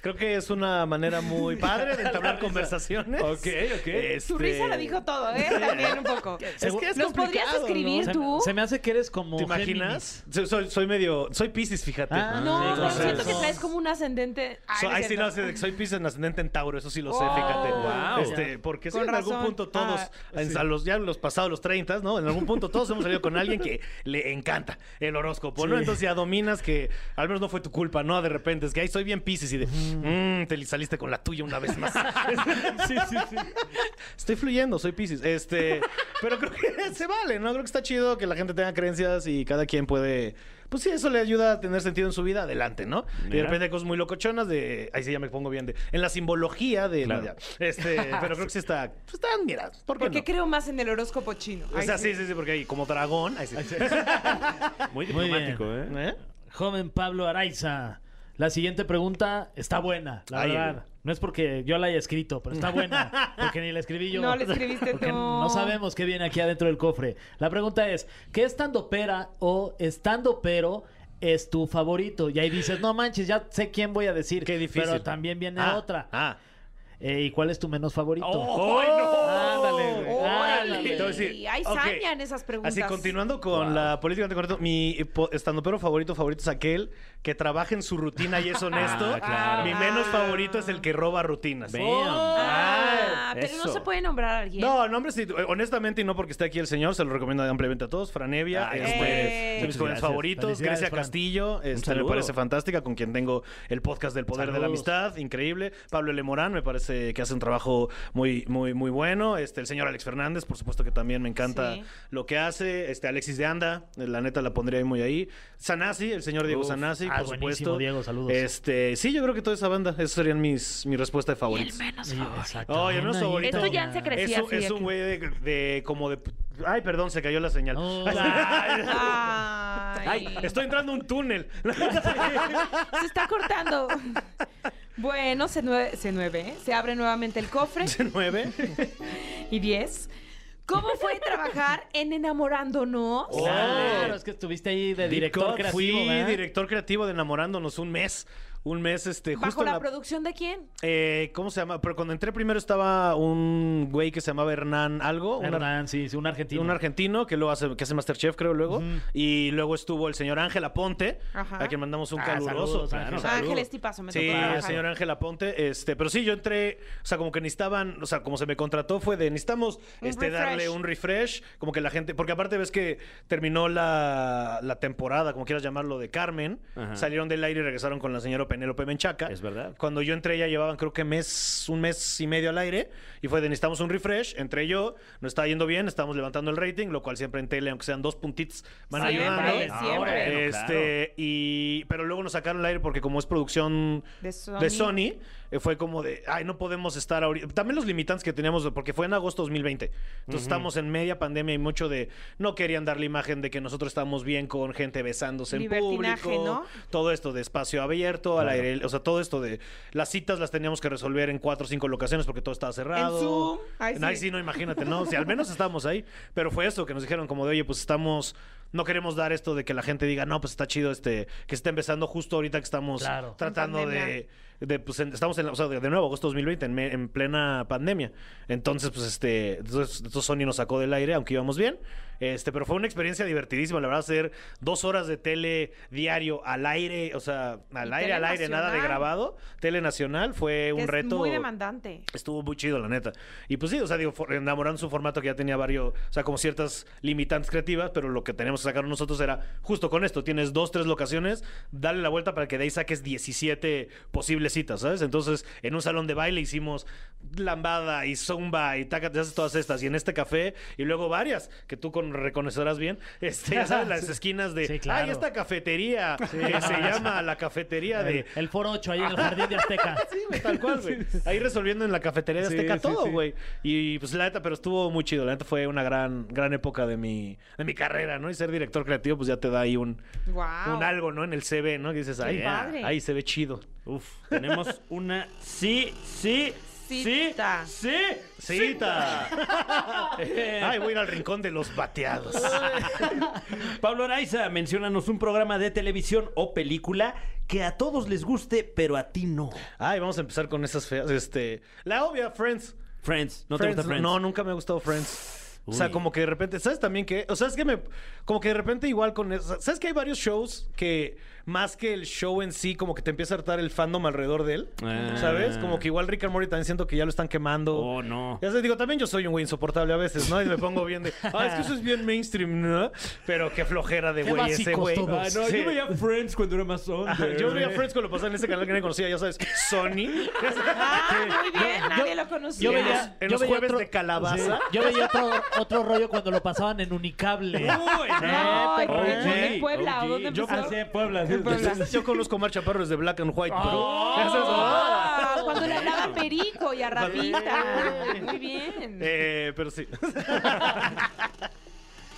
S7: creo que es una manera muy padre de entablar conversaciones.
S3: Ok, ok.
S2: Tu risa lo dijo todo, ¿eh? También un poco.
S7: este, Es que es
S2: ¿Los podrías
S7: complicado, ¿no?
S2: escribir
S4: Se,
S2: tú?
S4: se me hace que eres como.
S7: ¿Te imaginas? Soy, soy- soy medio. Soy Pisces, fíjate.
S4: Ah,
S2: No,
S4: Sí,
S2: pero
S4: con
S2: siento que
S4: razón.
S2: traes como un ascendente. Ay,
S7: So-
S2: no es
S7: ay, sí, no,
S2: cierto.
S7: sí, soy Pisces en ascendente en Tauro, eso sí lo sé,
S2: Oh.
S7: fíjate.
S3: Wow.
S7: Este, porque sí,
S2: Con
S7: en algún
S2: razón.
S7: punto todos,
S2: Ah,
S7: en- a los, ya los pasados los 30, ¿no? En algún punto todos hemos salido con alguien que le encanta el horóscopo, ¿no? Entonces ya dominas que al menos no fue tu culpa, ¿no? De repente es que, ay, soy bien Pisces y de, "Mm, te li- saliste con la tuya una vez más.
S4: Sí, sí, sí.
S7: Estoy fluyendo, soy Pisces. Este, pero creo que se vale, ¿no? Creo que está chido que la gente tenga creencias y cada quien puede. Pues sí, eso le ayuda a tener sentido en su vida, adelante, ¿no? Y de
S3: Mira.
S7: repente hay cosas muy locochonas de. Ahí sí ya me pongo bien de. En la simbología de.
S3: Claro.
S7: no, ya. Este, pero creo que sí está. pues está, mira, ¿por qué
S2: Porque
S7: no?
S2: creo más en el horóscopo chino.
S7: O
S2: Ay,
S7: sea, sí, sí, sí, porque hay como dragón. ahí sí.
S3: Muy
S4: Muy
S3: diplomático, ¿eh?
S7: ¿Eh?
S4: Joven Pablo Araiza. La siguiente pregunta está buena, la
S7: Ay,
S4: verdad. No es porque yo la haya escrito, pero está buena. Porque ni la escribí yo.
S2: No la escribiste
S4: Porque
S2: tú.
S4: No sabemos qué viene aquí adentro del cofre. La pregunta es: ¿qué estando pera o estando pero es tu favorito? Y ahí dices, no manches, ya sé quién voy a decir.
S7: Qué difícil.
S4: Pero también viene
S7: Ah,
S4: otra.
S7: Ah.
S4: Eh, ¿Y cuál es tu menos favorito?
S7: ¡Ay, no!
S4: Ándale, güey.
S2: Órale.
S4: Ándale.
S7: Te voy a decir,
S2: Hay
S7: ok.
S2: saña en esas preguntas.
S7: Así, continuando con la política correcto, mi eh, po- estandopero favorito favorito es aquel que trabaja en su rutina y es honesto.
S3: Ah, claro.
S7: Mi menos favorito es el que roba rutinas.
S3: Damn.
S4: oh,
S2: Ah, pero no
S3: eso.
S2: se puede nombrar a alguien.
S7: No, no, hombre, sí, eh, honestamente, y no porque esté aquí el señor, se lo recomiendo ampliamente a todos. Franevia,
S3: Ay,
S7: este,
S2: hombre.
S7: es de mis
S3: Muchas
S7: jóvenes
S3: gracias.
S7: favoritos,
S4: Felicidades,
S7: Grecia
S4: Fran.
S7: Castillo, este, me
S3: saludo.
S7: parece fantástica, con quien tengo el podcast del Poder de la
S4: Saludos.
S7: Amistad, increíble. Pablo L. Morán, me parece que hace un trabajo muy, muy, muy bueno. Este, el señor Alex Fernández, por supuesto que también me encanta
S2: Sí.
S7: lo que hace. Este, Alexis de Anda, eh, la neta la pondría ahí muy ahí. Sanasi, el señor Diego
S4: Uf.
S7: Sanasi,
S4: Ah,
S7: por
S4: buenísimo,
S7: supuesto.
S4: Diego, saludos.
S7: Este, sí, yo creo que toda esa banda, esas serían mis, mi respuesta
S2: Y
S7: de
S2: el
S7: favoritos.
S2: menos
S4: Sí,
S2: favorito.
S4: exacto.
S7: Ay, el
S4: Ven
S7: menos
S4: ahí,
S7: favorito.
S2: Esto ya en secreto.
S7: Es
S2: Crecía
S7: un,
S2: así
S7: es
S2: de
S7: un
S2: que-
S7: güey de, de como de... Ay, perdón, se cayó la señal.
S4: Oh.
S2: Ay,
S7: Ay, estoy entrando a un túnel.
S2: se está cortando. Bueno, se nueve, se nueve, ¿eh? se abre nuevamente el cofre
S7: ¿Nueve?
S2: y diez. ¿Cómo fue trabajar en enamorándonos?
S7: Oh.
S4: Claro, es que estuviste ahí de director
S7: Director,
S4: creativo.
S7: fui
S4: ¿verdad?
S7: director creativo de Enamorándonos un mes. Un mes, este, justo...
S2: ¿Bajo
S7: en
S2: la,
S7: la-
S2: producción de quién?
S7: eh, ¿Cómo se llama? Pero cuando entré primero estaba un güey que se llamaba Hernán algo. un ar-
S4: Hernán, Ah, sí, sí, un argentino.
S7: Un argentino que luego hace, que hace Masterchef, creo, luego. Y luego estuvo el señor Ángel Aponte,
S2: Ajá.
S7: a quien mandamos un
S4: Ah,
S7: caluroso.
S4: saludos, Ángel.
S7: saludos.
S2: Ángel Estipazo, me
S7: Sí,
S2: tocó trabajar.
S7: el señor Ángel Aponte. Este, pero sí, yo entré, o sea, como que necesitaban, o sea, como se me contrató fue de necesitamos
S2: Un
S7: este,
S2: refresh.
S7: darle un refresh, como que la gente, porque aparte ves que terminó la, la temporada, como quieras llamarlo, de Carmen,
S3: Ajá.
S7: salieron del aire y regresaron con la señora Penélope Menchaca.
S3: Es verdad.
S7: Cuando yo entré ya llevaban creo que mes, un mes y medio al aire y fue de necesitamos un refresh, entré yo, no está yendo bien, estamos levantando el rating, lo cual siempre en tele, aunque sean dos puntitos, van
S2: Siempre,
S7: ayudando.
S2: Ah, siempre.
S3: bueno,
S7: Este, y, pero luego nos sacaron al aire porque como es producción
S2: De Sony.
S7: de Sony, eh, fue como de, ay, no podemos estar ahorita. También los limitantes que teníamos, porque fue en agosto 2020. Entonces estamos en media pandemia y mucho de, no querían dar la imagen de que nosotros estábamos bien con gente besándose en
S2: Libertinaje,
S7: público.
S2: ¿no?
S7: Todo esto de espacio abierto, al aire, o sea, todo esto de las citas las teníamos que resolver en cuatro o cinco locaciones porque todo estaba cerrado.
S2: Zoom, ahí
S7: En- ahí
S2: sí.
S7: sí, no, imagínate, ¿no? Si al menos estábamos ahí. Pero fue eso que nos dijeron como de, oye, pues estamos no queremos dar esto de que la gente diga, no, pues está chido este, que está empezando justo ahorita que estamos
S4: Claro.
S7: tratando
S2: En
S7: de,
S2: pandemia.
S7: de, pues en- estamos en, la- o sea, de, de nuevo, agosto 2020, en, me- en plena pandemia. Entonces, pues este, entonces, entonces Sony nos sacó del aire, aunque íbamos bien. Este, pero fue una experiencia divertidísima, la verdad, hacer dos horas de tele diario al aire, o sea, al
S2: Y
S7: aire,
S2: tele
S7: al aire, nada de
S2: nacional.
S7: grabado. Tele nacional fue
S2: que
S7: un
S2: es
S7: reto.
S2: muy demandante.
S7: Estuvo muy chido, la neta. Y pues sí, o sea, digo, for- enamorando su formato que ya tenía varios, o sea, como ciertas limitantes creativas, pero lo que teníamos que sacar nosotros era justo con esto. Tienes dos, tres locaciones, dale la vuelta para que de ahí saques 17 posibles citas, ¿sabes? Entonces, en un salón de baile hicimos lambada y zumba y taca, te haces todas estas, y en este café, y luego varias, que tú con- reconocerás bien, este, ya sabes, las esquinas de,
S4: Sí, claro.
S7: ay, esta cafetería, que se llama la cafetería de...
S4: El, el Foro 8 ahí en el Jardín de Azteca.
S7: Sí, güey, tal cual, güey. Ahí resolviendo en la cafetería de
S3: Sí,
S7: Azteca
S3: sí,
S7: todo,
S3: sí.
S7: güey. Y pues la neta, pero estuvo muy chido. La neta fue una gran, gran época de mi, de mi carrera, ¿no? Y ser director creativo, pues ya te da ahí un,
S2: Wow.
S7: un algo, ¿no? En el CV, ¿no? Que dices, ahí,
S2: Ah, padre.
S7: ahí se ve chido.
S3: Uf, tenemos una sí, sí, sí,
S2: Cita.
S3: sí,
S7: ¡Cita! Ay, voy a ir al rincón de los bateados.
S3: Pablo Araiza, menciónanos un programa de televisión o película que a todos les guste, pero a ti no.
S7: Ay, vamos a empezar con esas feas. Este, la obvia, Friends.
S3: Friends, ¿no
S7: Friends,
S3: te gusta Friends?
S7: No, nunca me ha gustado Friends. O sea,
S3: Uy.
S7: como que de repente, ¿sabes también que? O sea, es que me. Como que de repente, igual con eso. ¿Sabes que hay varios shows que, más que el show en sí, como que te empieza a hartar el fandom alrededor de él?
S3: Ah.
S7: ¿Sabes? Como que igual Rick and Morty también siento que ya lo están quemando.
S3: Oh, no.
S7: Ya sé, digo, también yo soy un güey insoportable a veces, ¿no? Y me pongo bien de. Ah, es que eso es bien mainstream, ¿no? Pero qué flojera de
S4: Qué
S7: güey ese
S4: básicos
S7: güey.
S4: todos.
S3: Ah, no,
S7: Sí.
S3: yo veía Friends cuando era más
S7: Ah,
S3: under.
S7: Yo veía Friends cuando lo pasaba en ese canal que nadie conocía, ya sabes, Sony.
S2: Ah, muy bien, nadie lo conocía.
S4: Yo
S7: En
S4: veía,
S7: los- en
S4: yo
S7: los
S4: veía
S7: jueves
S4: otro-
S7: de calabaza.
S4: Sí, yo veía otro, otro rollo cuando lo pasaban en Unicable.
S3: Uy,
S2: No,
S3: neta,
S2: en-
S3: OG,
S2: en Puebla, ¿o
S3: OG.
S2: dónde
S3: Yo
S2: empezó?
S3: pasé a Puebla.
S7: Yo conozco a Mar Chaparro desde Black and White, pero...
S2: Ah, cuando le hablaba Perico y a Rapita. Muy bien.
S7: Eh, pero sí.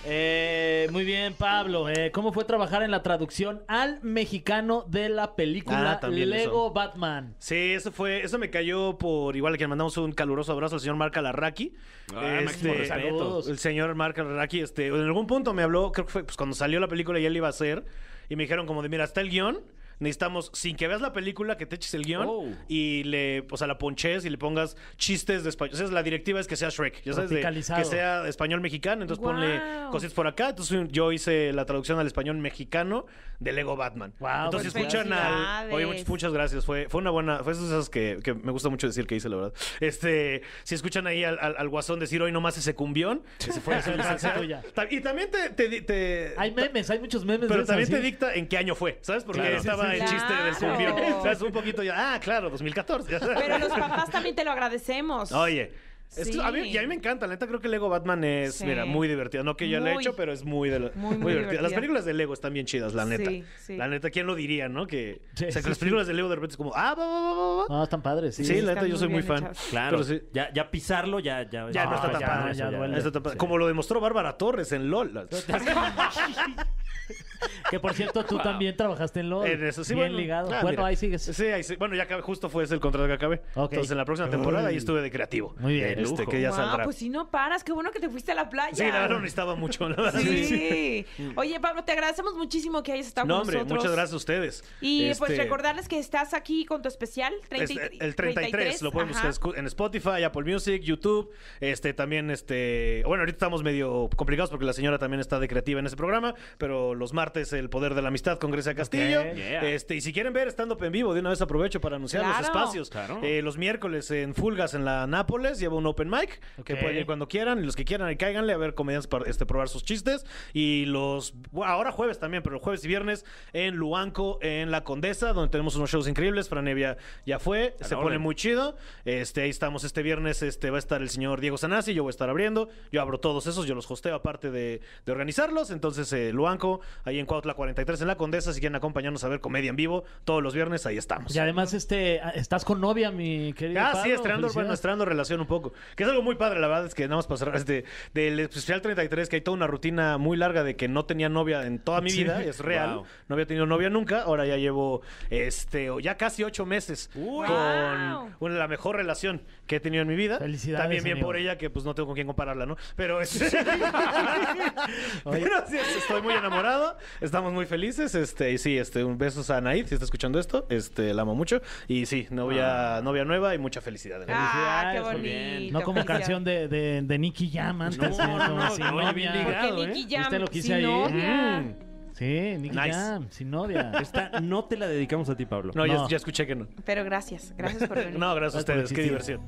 S4: Eh, muy bien, Pablo. Eh, ¿Cómo fue trabajar en la traducción al mexicano de la película
S7: Ah, también
S4: Lego
S7: eso.
S4: Batman?
S7: Sí, eso fue, eso me cayó por igual que le mandamos un caluroso abrazo al señor Marc Alarraqui. Este,
S3: Ah, máximo respeto.
S4: saludos.
S7: El señor Marc Alarraqui, este, en algún punto me habló, creo que fue pues, cuando salió la película y él iba a hacer, y me dijeron como de, mira, está el guión, necesitamos, sin que veas la película, que te eches el guión
S3: Oh.
S7: y le, o sea, la ponches y le pongas chistes de español. O sea, la directiva es que sea Shrek, ya sabes, de-
S4: Tropicalizado.
S7: que sea español mexicano, entonces ponle
S2: Guau.
S7: cositas por acá. Entonces yo hice la traducción al español mexicano de Lego Batman.
S4: Guau,
S7: entonces
S2: pues,
S7: escuchan al...
S2: felicidades.
S7: Oye, muchas- Muchas gracias, fue, fue una buena, fue esas esas que, que me gusta mucho decir que hice, la verdad. Este, si escuchan ahí al, al- al guasón decir hoy nomás ese cumbión, ese fue su infancia
S4: tuya.
S7: Ta- Y también te, te di- te-
S4: Hay memes, hay muchos memes.
S7: pero
S4: de esas,
S7: también te
S4: ¿sí?
S7: dicta en qué año fue, ¿sabes? Porque
S3: Claro.
S7: estaba
S2: Sí, sí,
S7: el
S2: sí.
S7: chiste del
S2: Claro.
S7: cumbión. ¿Sabes? Un poquito ya, ah, claro, 2014. ya sabes.
S2: Pero los papás también te lo agradecemos.
S7: Oye. es que a mí-
S2: Sí.
S7: y a mí me encanta, la neta creo que Lego Batman es,
S2: Sí.
S7: mira, muy divertida. No que yo la he
S2: Muy.
S7: hecho, pero es muy, de la-
S2: Muy, muy divertida.
S7: Las películas de Lego están bien chidas, la neta.
S2: Sí, sí.
S7: La neta, ¿quién lo diría, no? Que,
S4: Sí,
S7: o sea, que
S4: sí,
S7: las películas de Lego de repente es como, ah, va, va, va, va, va.
S4: No, están padres. Sí,
S7: Sí, la neta,
S2: están
S7: yo soy
S2: muy
S7: muy
S2: bien
S7: fan.
S2: hechas.
S3: Claro,
S7: Pero sí.
S3: ya, ya pisarlo ya... Ya,
S7: Ya no está tan
S3: Ah, ya,
S7: padre,
S3: eso
S4: ya duele.
S7: Eso te pasa.
S4: Sí.
S7: Como lo demostró Bárbara Torres en LOL.
S4: Que por cierto, tú también trabajaste en LOL.
S7: En eso sí,
S4: Bien
S7: bueno.
S4: ligado.
S7: Ah,
S4: bueno,
S7: mira.
S4: ahí sigues.
S7: Sí, ahí sí. Bueno, ya acabé- justo fue ese el contrato que acabé.
S4: Ok.
S7: Entonces, en la próxima temporada ahí estuve de creativo.
S4: Muy bien,
S7: Este,
S3: lujo.
S7: que ya
S2: Guau,
S7: saldrá.
S2: pues si no paras, qué bueno que te fuiste a la playa.
S7: Sí, la verdad no necesitaba mucho. la verdad,
S2: Sí.
S7: sí.
S2: Oye, Pablo, te agradecemos muchísimo que hayas estado
S7: No,
S2: con
S7: hombre,
S2: nosotros.
S7: muchas gracias a ustedes.
S2: Y pues
S7: Este,
S2: recordarles que estás aquí con tu especial
S7: es-
S2: 30 y-
S7: Este, el 33, lo pueden
S2: ajá.
S7: buscar escu- en Spotify, Apple Music, YouTube, este también este, bueno, ahorita estamos medio complicados porque la señora también está de creativa en ese programa, pero los martes el poder de la amistad con Grecia Castillo.
S3: yeah.
S7: Este, y si quieren ver stand up en vivo, de una vez aprovecho para anunciar los
S2: Claro.
S7: espacios.
S3: Claro.
S7: Eh, los miércoles en Fulgas en la Nápoles llevo un open mic que
S4: Ok.
S7: pueden ir cuando quieran y los que quieran, ahí cáiganle a ver comediantes para este probar sus chistes y los bueno, ahora jueves también, pero jueves y viernes en Luanco en La Condesa, donde tenemos unos shows increíbles, Franevia ya fue,
S3: A
S7: se
S3: la
S7: pone
S3: orden.
S7: muy chido. Este, ahí estamos este viernes. Este va a estar el señor Diego Sanasi, yo voy a estar abriendo. Yo abro todos esos, yo los hosteo aparte de, de organizarlos. Entonces, eh, Luanco, ahí en Cuautla 43, en La Condesa. Si quieren acompañarnos a ver comedia en vivo, todos los viernes, ahí estamos.
S4: Y además, este, ah, estás con novia, mi querido.
S7: Ah, sí,
S4: Pablo,
S7: estrenando, bueno,
S4: felicidades.
S7: estrenando relación un poco. Que es algo muy padre, la verdad, es que nada más pasar este, del especial 33, que hay toda una rutina muy larga de que no tenía novia en toda mi
S4: Sí.
S7: vida, es real.
S3: Wow.
S7: No había tenido novia nunca, ahora ya llevo este, o ya casi ocho meses
S3: Uy.
S7: con
S2: Wow.
S7: una- la mejor relación que he tenido en mi vida.
S4: Felicidades,
S7: También bien
S4: amigo.
S7: por ella, que pues no tengo con quién compararla, ¿no? Pero, es- Pero sí, estoy muy enamorado, estamos muy felices, este, y sí, este, un beso a Anaí, si está escuchando esto, este, la amo mucho, y sí, novia, novia nueva y mucha felicidad. en
S2: Ah, qué
S4: Felicidades, muy
S3: bien.
S2: bonito.
S4: No como
S2: felicidades.
S4: canción de, de, de Nicky Jam antes.
S3: No,
S4: ¿eh?
S3: no,
S4: Como
S3: no,
S4: sin
S3: oye, bien
S4: novia.
S3: ligado.
S2: Porque
S3: Claro, ¿eh?
S2: Nicky Jam,
S4: ¿Viste lo que hice
S2: sin
S4: ahí?
S2: novia.
S7: Mm.
S4: Sí, Nicky
S7: Nice.
S4: Jam, sin novia.
S3: Esta no te la dedicamos a ti, Pablo.
S7: No,
S4: No.
S7: Ya, ya escuché que no.
S2: Pero gracias, gracias por venir.
S7: No, gracias a
S4: por
S7: ustedes, qué
S4: existir.
S7: diversión.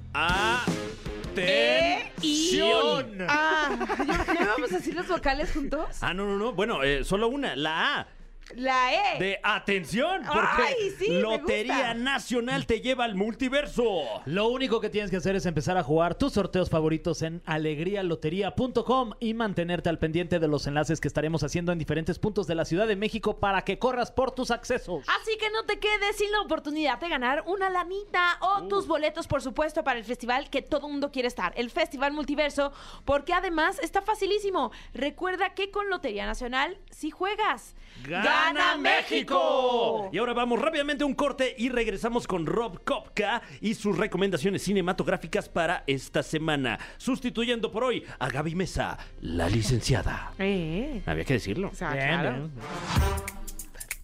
S2: Atención. Ah, ¿ya ya vamos a decir los vocales juntos?
S3: Ah, no, no, no. Bueno, eh, solo una, la A.
S2: La E.
S3: De atención, porque
S2: Ay, sí, me gusta.
S3: Lotería Nacional te lleva al multiverso.
S4: Lo único que tienes que hacer es empezar a jugar tus sorteos favoritos en alegrialotería.com y mantenerte al pendiente de los enlaces que estaremos haciendo en diferentes puntos de la Ciudad de México para que corras por tus accesos.
S2: Así que no te quedes sin la oportunidad de ganar una lanita
S3: Uh.
S2: o tus boletos, por supuesto, para el festival que todo mundo quiere estar, el Festival Multiverso, porque además está facilísimo. Recuerda que con Lotería Nacional, si juegas,
S3: Y ahora vamos rápidamente a un corte y regresamos con Rob Kopka y sus recomendaciones cinematográficas para esta semana. Sustituyendo por hoy a Gaby Mesa, la licenciada.
S2: Eh,
S3: Había que decirlo.
S2: o sea,
S4: Bien,
S2: claro.
S4: bien.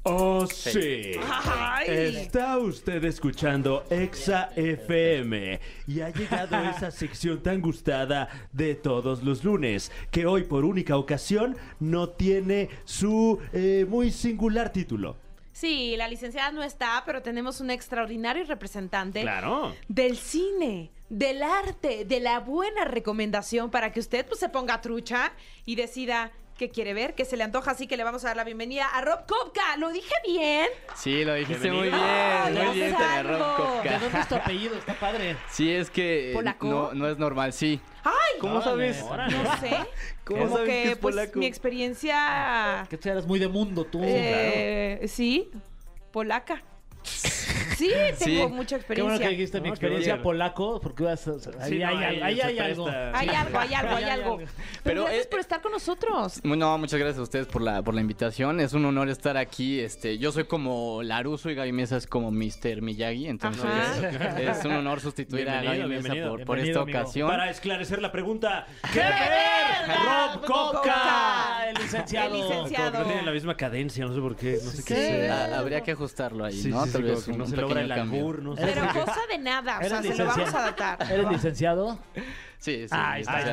S3: Oh, sí.
S2: Ay.
S3: Está usted escuchando Exa FM y ha llegado esa sección tan gustada de todos los lunes, que hoy por única ocasión no tiene su eh, muy singular título.
S2: Sí, la licenciada no está, pero tenemos un extraordinario representante
S3: Claro.
S2: del cine, del arte, de la buena recomendación para que usted pues, se ponga trucha y decida qué quiere ver, qué se le antoja. Así que le vamos a dar la bienvenida a Rob Kopka. ¿Lo dije bien?
S8: Sí, lo dijiste muy
S3: Bienvenido.
S2: Ay,
S8: bien,
S2: ya
S8: muy bien,
S2: sé
S8: te
S2: Ah, pues algo.
S8: agarró
S4: ¿De
S8: Kopka.
S4: dónde es tu apellido? Está padre.
S8: Sí, es que eh,
S2: ¿Polaco?
S8: no, no es normal, sí.
S2: ¡Ay!
S8: ¿Cómo
S4: Órale,
S8: sabes?
S4: órale.
S2: No sé.
S8: ¿Cómo
S2: Como
S8: sabes
S2: que,
S8: que es
S2: pues,
S8: polaco?
S2: mi experiencia...
S4: Que tú eres muy de mundo, tú.
S2: eh, Sí, polaca. Sí, tengo mucha
S4: Qué bueno que
S2: experiencia.
S4: dijiste mi
S3: No, qué
S4: experiencia
S3: bien.
S4: polaco, porque vas a- ahí
S3: Sí, no,
S4: hay,
S3: ahí
S4: algo, ahí
S3: se
S4: hay algo.
S3: presta.
S2: Hay algo, hay algo, hay
S4: Hay
S2: algo.
S4: algo.
S2: Pero,
S8: Pero,
S2: gracias
S8: eh,
S2: por estar con nosotros.
S8: Mu- No, muchas gracias a ustedes por la, por la invitación. Es un honor estar aquí. Este, yo soy como Laruso y Gaby Mesa es como Mr. Miyagi, entonces
S2: Ajá.
S8: es un honor sustituir
S3: Bienvenido,
S8: a Gaby Mesa
S3: bienvenido,
S8: por, por
S4: bienvenido,
S8: esta
S4: amigo.
S8: ocasión.
S3: Para esclarecer la pregunta, ¿qué
S2: ver,
S3: ver Rob
S2: Rob
S3: Kopka?
S2: Kopka?
S4: Ah, el licenciado.
S2: El licenciado.
S3: Como que no tiene la misma cadencia, no sé por qué, no sé
S4: ¿Qué?
S3: qué.
S8: Ah, Habría que ajustarlo ahí,
S3: Sí,
S8: ¿no?
S3: sí, sí,
S8: Tal
S3: como
S8: vez
S3: que
S8: un,
S3: no
S8: un
S3: se
S8: pequeño
S3: logra el
S8: cambio.
S3: albur, no sé.
S2: Pero
S3: por qué.
S2: cosa de nada, o sea,
S4: Eres
S2: se lo vamos a
S4: licenciado.
S2: adaptar.
S4: ¿Eres licenciado?
S8: Sí, sí,
S4: Ahí
S8: sí,
S4: está,
S8: sí,
S4: ahí está,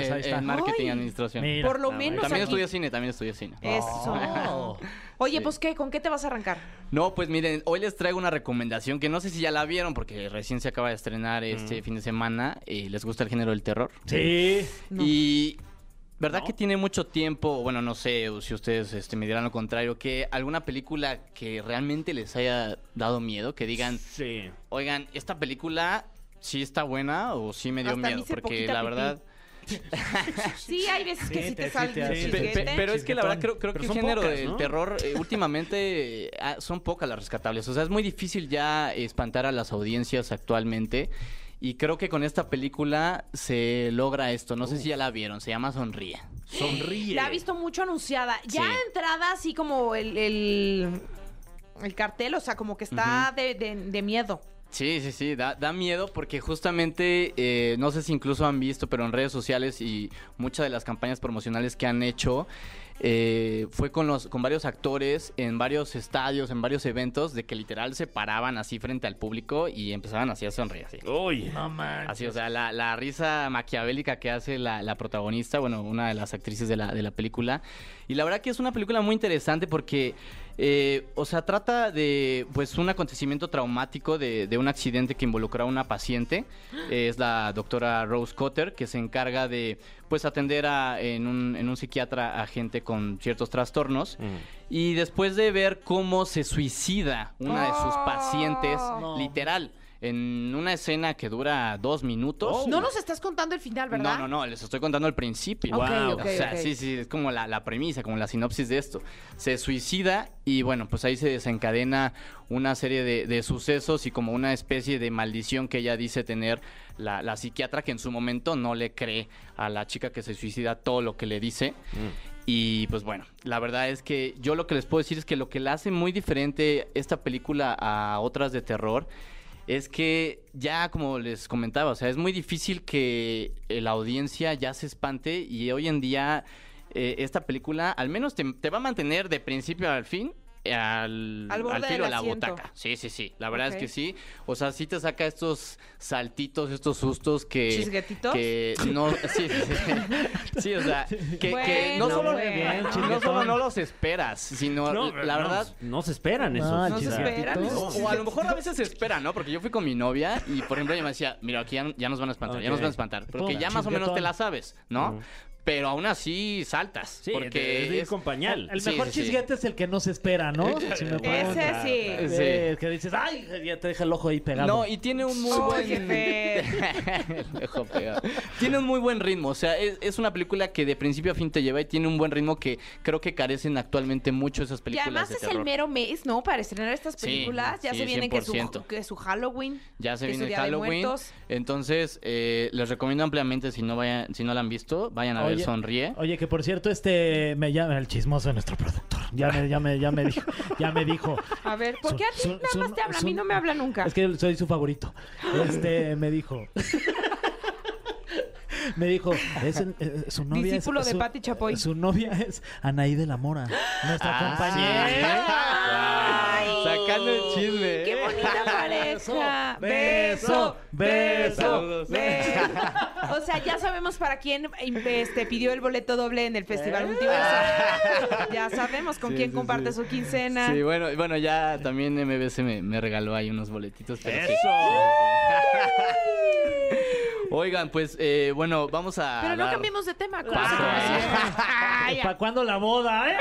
S8: sí, sí,
S4: ahí está.
S8: en marketing
S2: Ay.
S8: y administración.
S4: Mira.
S2: Por lo
S4: Ah,
S2: menos
S8: También
S2: aquí.
S8: estudié cine, también estudié cine. Oh.
S2: Eso. Oye,
S8: Sí.
S2: pues qué, ¿con qué te vas a arrancar?
S8: No, pues miren, hoy les traigo una recomendación que no sé si ya la vieron porque recién se acaba de estrenar este fin de semana. y ¿Les gusta el género del terror?
S4: Sí.
S2: No.
S8: Y verdad que tiene mucho tiempo, bueno, no sé o si ustedes este, me dirán lo contrario, que alguna película que realmente les haya dado miedo, que digan,
S3: Sí.
S8: oigan, esta película sí está buena o sí me dio
S2: Hasta me
S8: miedo,
S2: hice
S8: porque
S2: poquita
S8: la
S2: pipí.
S8: verdad...
S2: Sí, hay veces que
S4: Sí,
S2: sí
S4: te-
S2: te
S4: sí
S2: sale
S4: te
S2: un
S4: hace-
S8: Pe- pe-
S2: chisguete.
S8: pero es que la verdad creo, creo
S3: Pero
S8: que el
S3: son
S8: género
S3: pocas,
S8: del
S3: ¿no?
S8: terror eh, últimamente eh, ah, son pocas las rescatables. O sea, es muy difícil ya espantar a las audiencias actualmente. Y creo que con esta película se logra esto. No sé si ya la vieron. Se llama Sonríe.
S3: Sonríe.
S2: La ha visto mucho anunciada. Ya
S8: Sí.
S2: entrada así como el, el, el cartel, o sea, como que está de, de- de miedo.
S8: Sí, sí, sí, da, da miedo porque justamente, eh, no sé si incluso han visto, pero en redes sociales y muchas de las campañas promocionales que han hecho eh, fue con, los, con varios actores en varios estadios, en varios eventos, de que literal se paraban así frente al público y empezaban así a sonreír. Así,
S3: Uy.
S4: No manches.
S8: Así, o sea, la, la risa maquiavélica que hace la, la protagonista, bueno, una de las actrices de la, de la película. Y la verdad que es una película muy interesante porque, eh, o sea, trata de, pues, un acontecimiento traumático de, de un accidente que involucra a una paciente. Es la doctora Rose Cotter, que se encarga de, pues, atender a, en, un, en un psiquiatra a gente con ciertos trastornos. Y después de ver cómo se suicida una de sus
S2: Oh.
S8: pacientes,
S2: No.
S8: literal. en una escena que dura dos minutos.
S2: No nos estás contando el final, Oh, ¿verdad?
S8: No, no, no, les estoy contando al principio.
S2: Ok, Wow. ok,
S8: o sea,
S2: ok.
S8: sí, sí, es como la, la premisa, como la sinopsis de esto. Se suicida y bueno, pues ahí se desencadena una serie de, de sucesos y como una especie de maldición que ella dice tener la, la psiquiatra que en su momento no le cree a la chica que se suicida todo lo que le dice. Y pues bueno, la verdad es que yo lo que les puedo decir es que lo que la hace muy diferente esta película a otras de terror es que ya como les comentaba, o sea, es muy difícil que eh, la audiencia ya se espante y hoy en día eh, esta película al menos te, te va a mantener de principio al fin. eh, Al,
S2: Al borde
S8: filo
S2: del
S8: de la
S2: asiento.
S8: butaca. Sí, sí, sí. La verdad
S2: Ok.
S8: es que sí. O sea, sí te saca estos saltitos, estos sustos que.
S2: ¿Chisguetitos?
S8: Que no. Sí, sí, sí. Sí, o sea, que, que no,
S2: Bueno,
S8: solo,
S2: bueno.
S8: no solo no los esperas, sino la verdad.
S3: No, se esperan esos.
S4: No,
S2: No se
S3: chistes.
S2: esperan.
S4: Chisguetitos.
S8: O, o a lo mejor a veces se espera, ¿no? Porque yo fui con mi novia y, por ejemplo, ella me decía, mira, aquí ya, ya nos van a espantar, ya nos van a espantar. Porque
S4: Toma,
S8: ya más o menos te
S4: chisguetón.
S8: la sabes, ¿no? Pero aún así saltas.
S3: Sí,
S8: porque
S3: es de ir
S8: es-
S3: con pañal.
S4: El
S8: Sí,
S4: mejor
S8: sí, Eh, sí.
S4: chisguete es el que no se espera, ¿no? Si me preguntan.
S2: Ese sí.
S8: Sí.
S4: Eh, que dices, ay, ya te deja el ojo ahí pegado.
S8: No, y tiene un muy
S2: Ay,
S8: buen...
S2: Oh, qué
S8: El ojo pegado. Tiene un muy buen ritmo, o sea, es, es una película que de principio a fin te lleva y tiene un buen ritmo que creo que carecen actualmente mucho esas
S2: Y
S8: películas
S2: además
S8: de
S2: es el
S8: terror.
S2: mero mes, ¿no? Para estrenar estas
S8: Sí,
S2: películas. ya
S8: sí,
S2: se viene que su,
S8: 100%.
S2: que su Halloween.
S8: Ya se
S2: que su
S8: viene
S2: Día de
S8: Halloween.
S2: Muertos.
S8: Entonces, eh, les recomiendo ampliamente si no vayan, si no la han visto, vayan a
S4: Oye,
S8: ver Sonríe.
S4: Oye, que por cierto, este me llama el chismoso de nuestro productor. Ya me, ya me, ya me dijo, ya me dijo.
S2: A ver, ¿por
S4: Son-
S2: qué a ti
S4: son-
S2: nada
S4: son-
S2: más te habla? A mí
S4: son-
S2: no me habla nunca.
S4: Es que soy su favorito. Este me dijo. Me dijo, es, eh, su novia es-
S2: Discípulo de
S4: su-
S2: Pati Chapoy.
S4: Su novia es Anaí de la Mora, nuestra
S8: Ah,
S4: compañera.
S8: sí. Sacando el chisme. ¿eh?
S2: ¡Qué bonita pareja!
S4: Beso, beso,
S2: beso. O sea, ya sabemos para quién este, pidió el boleto doble en el Festival Multiverso. Ya sabemos con
S8: Eh. Sí,
S2: quién
S8: sí,
S2: comparte
S8: sí.
S2: su quincena.
S8: Sí, bueno, y bueno, ya también MBC me, me regaló ahí unos boletitos. pero
S2: ¿Eh?
S8: sí. Oigan, pues, eh, bueno, vamos a.
S2: Pero no
S8: dar-
S2: cambiemos de tema. ¿cómo
S8: Paso.
S2: se conoció?
S8: ¿eh?
S2: Ay,
S4: ¿Para cuándo la boda? eh?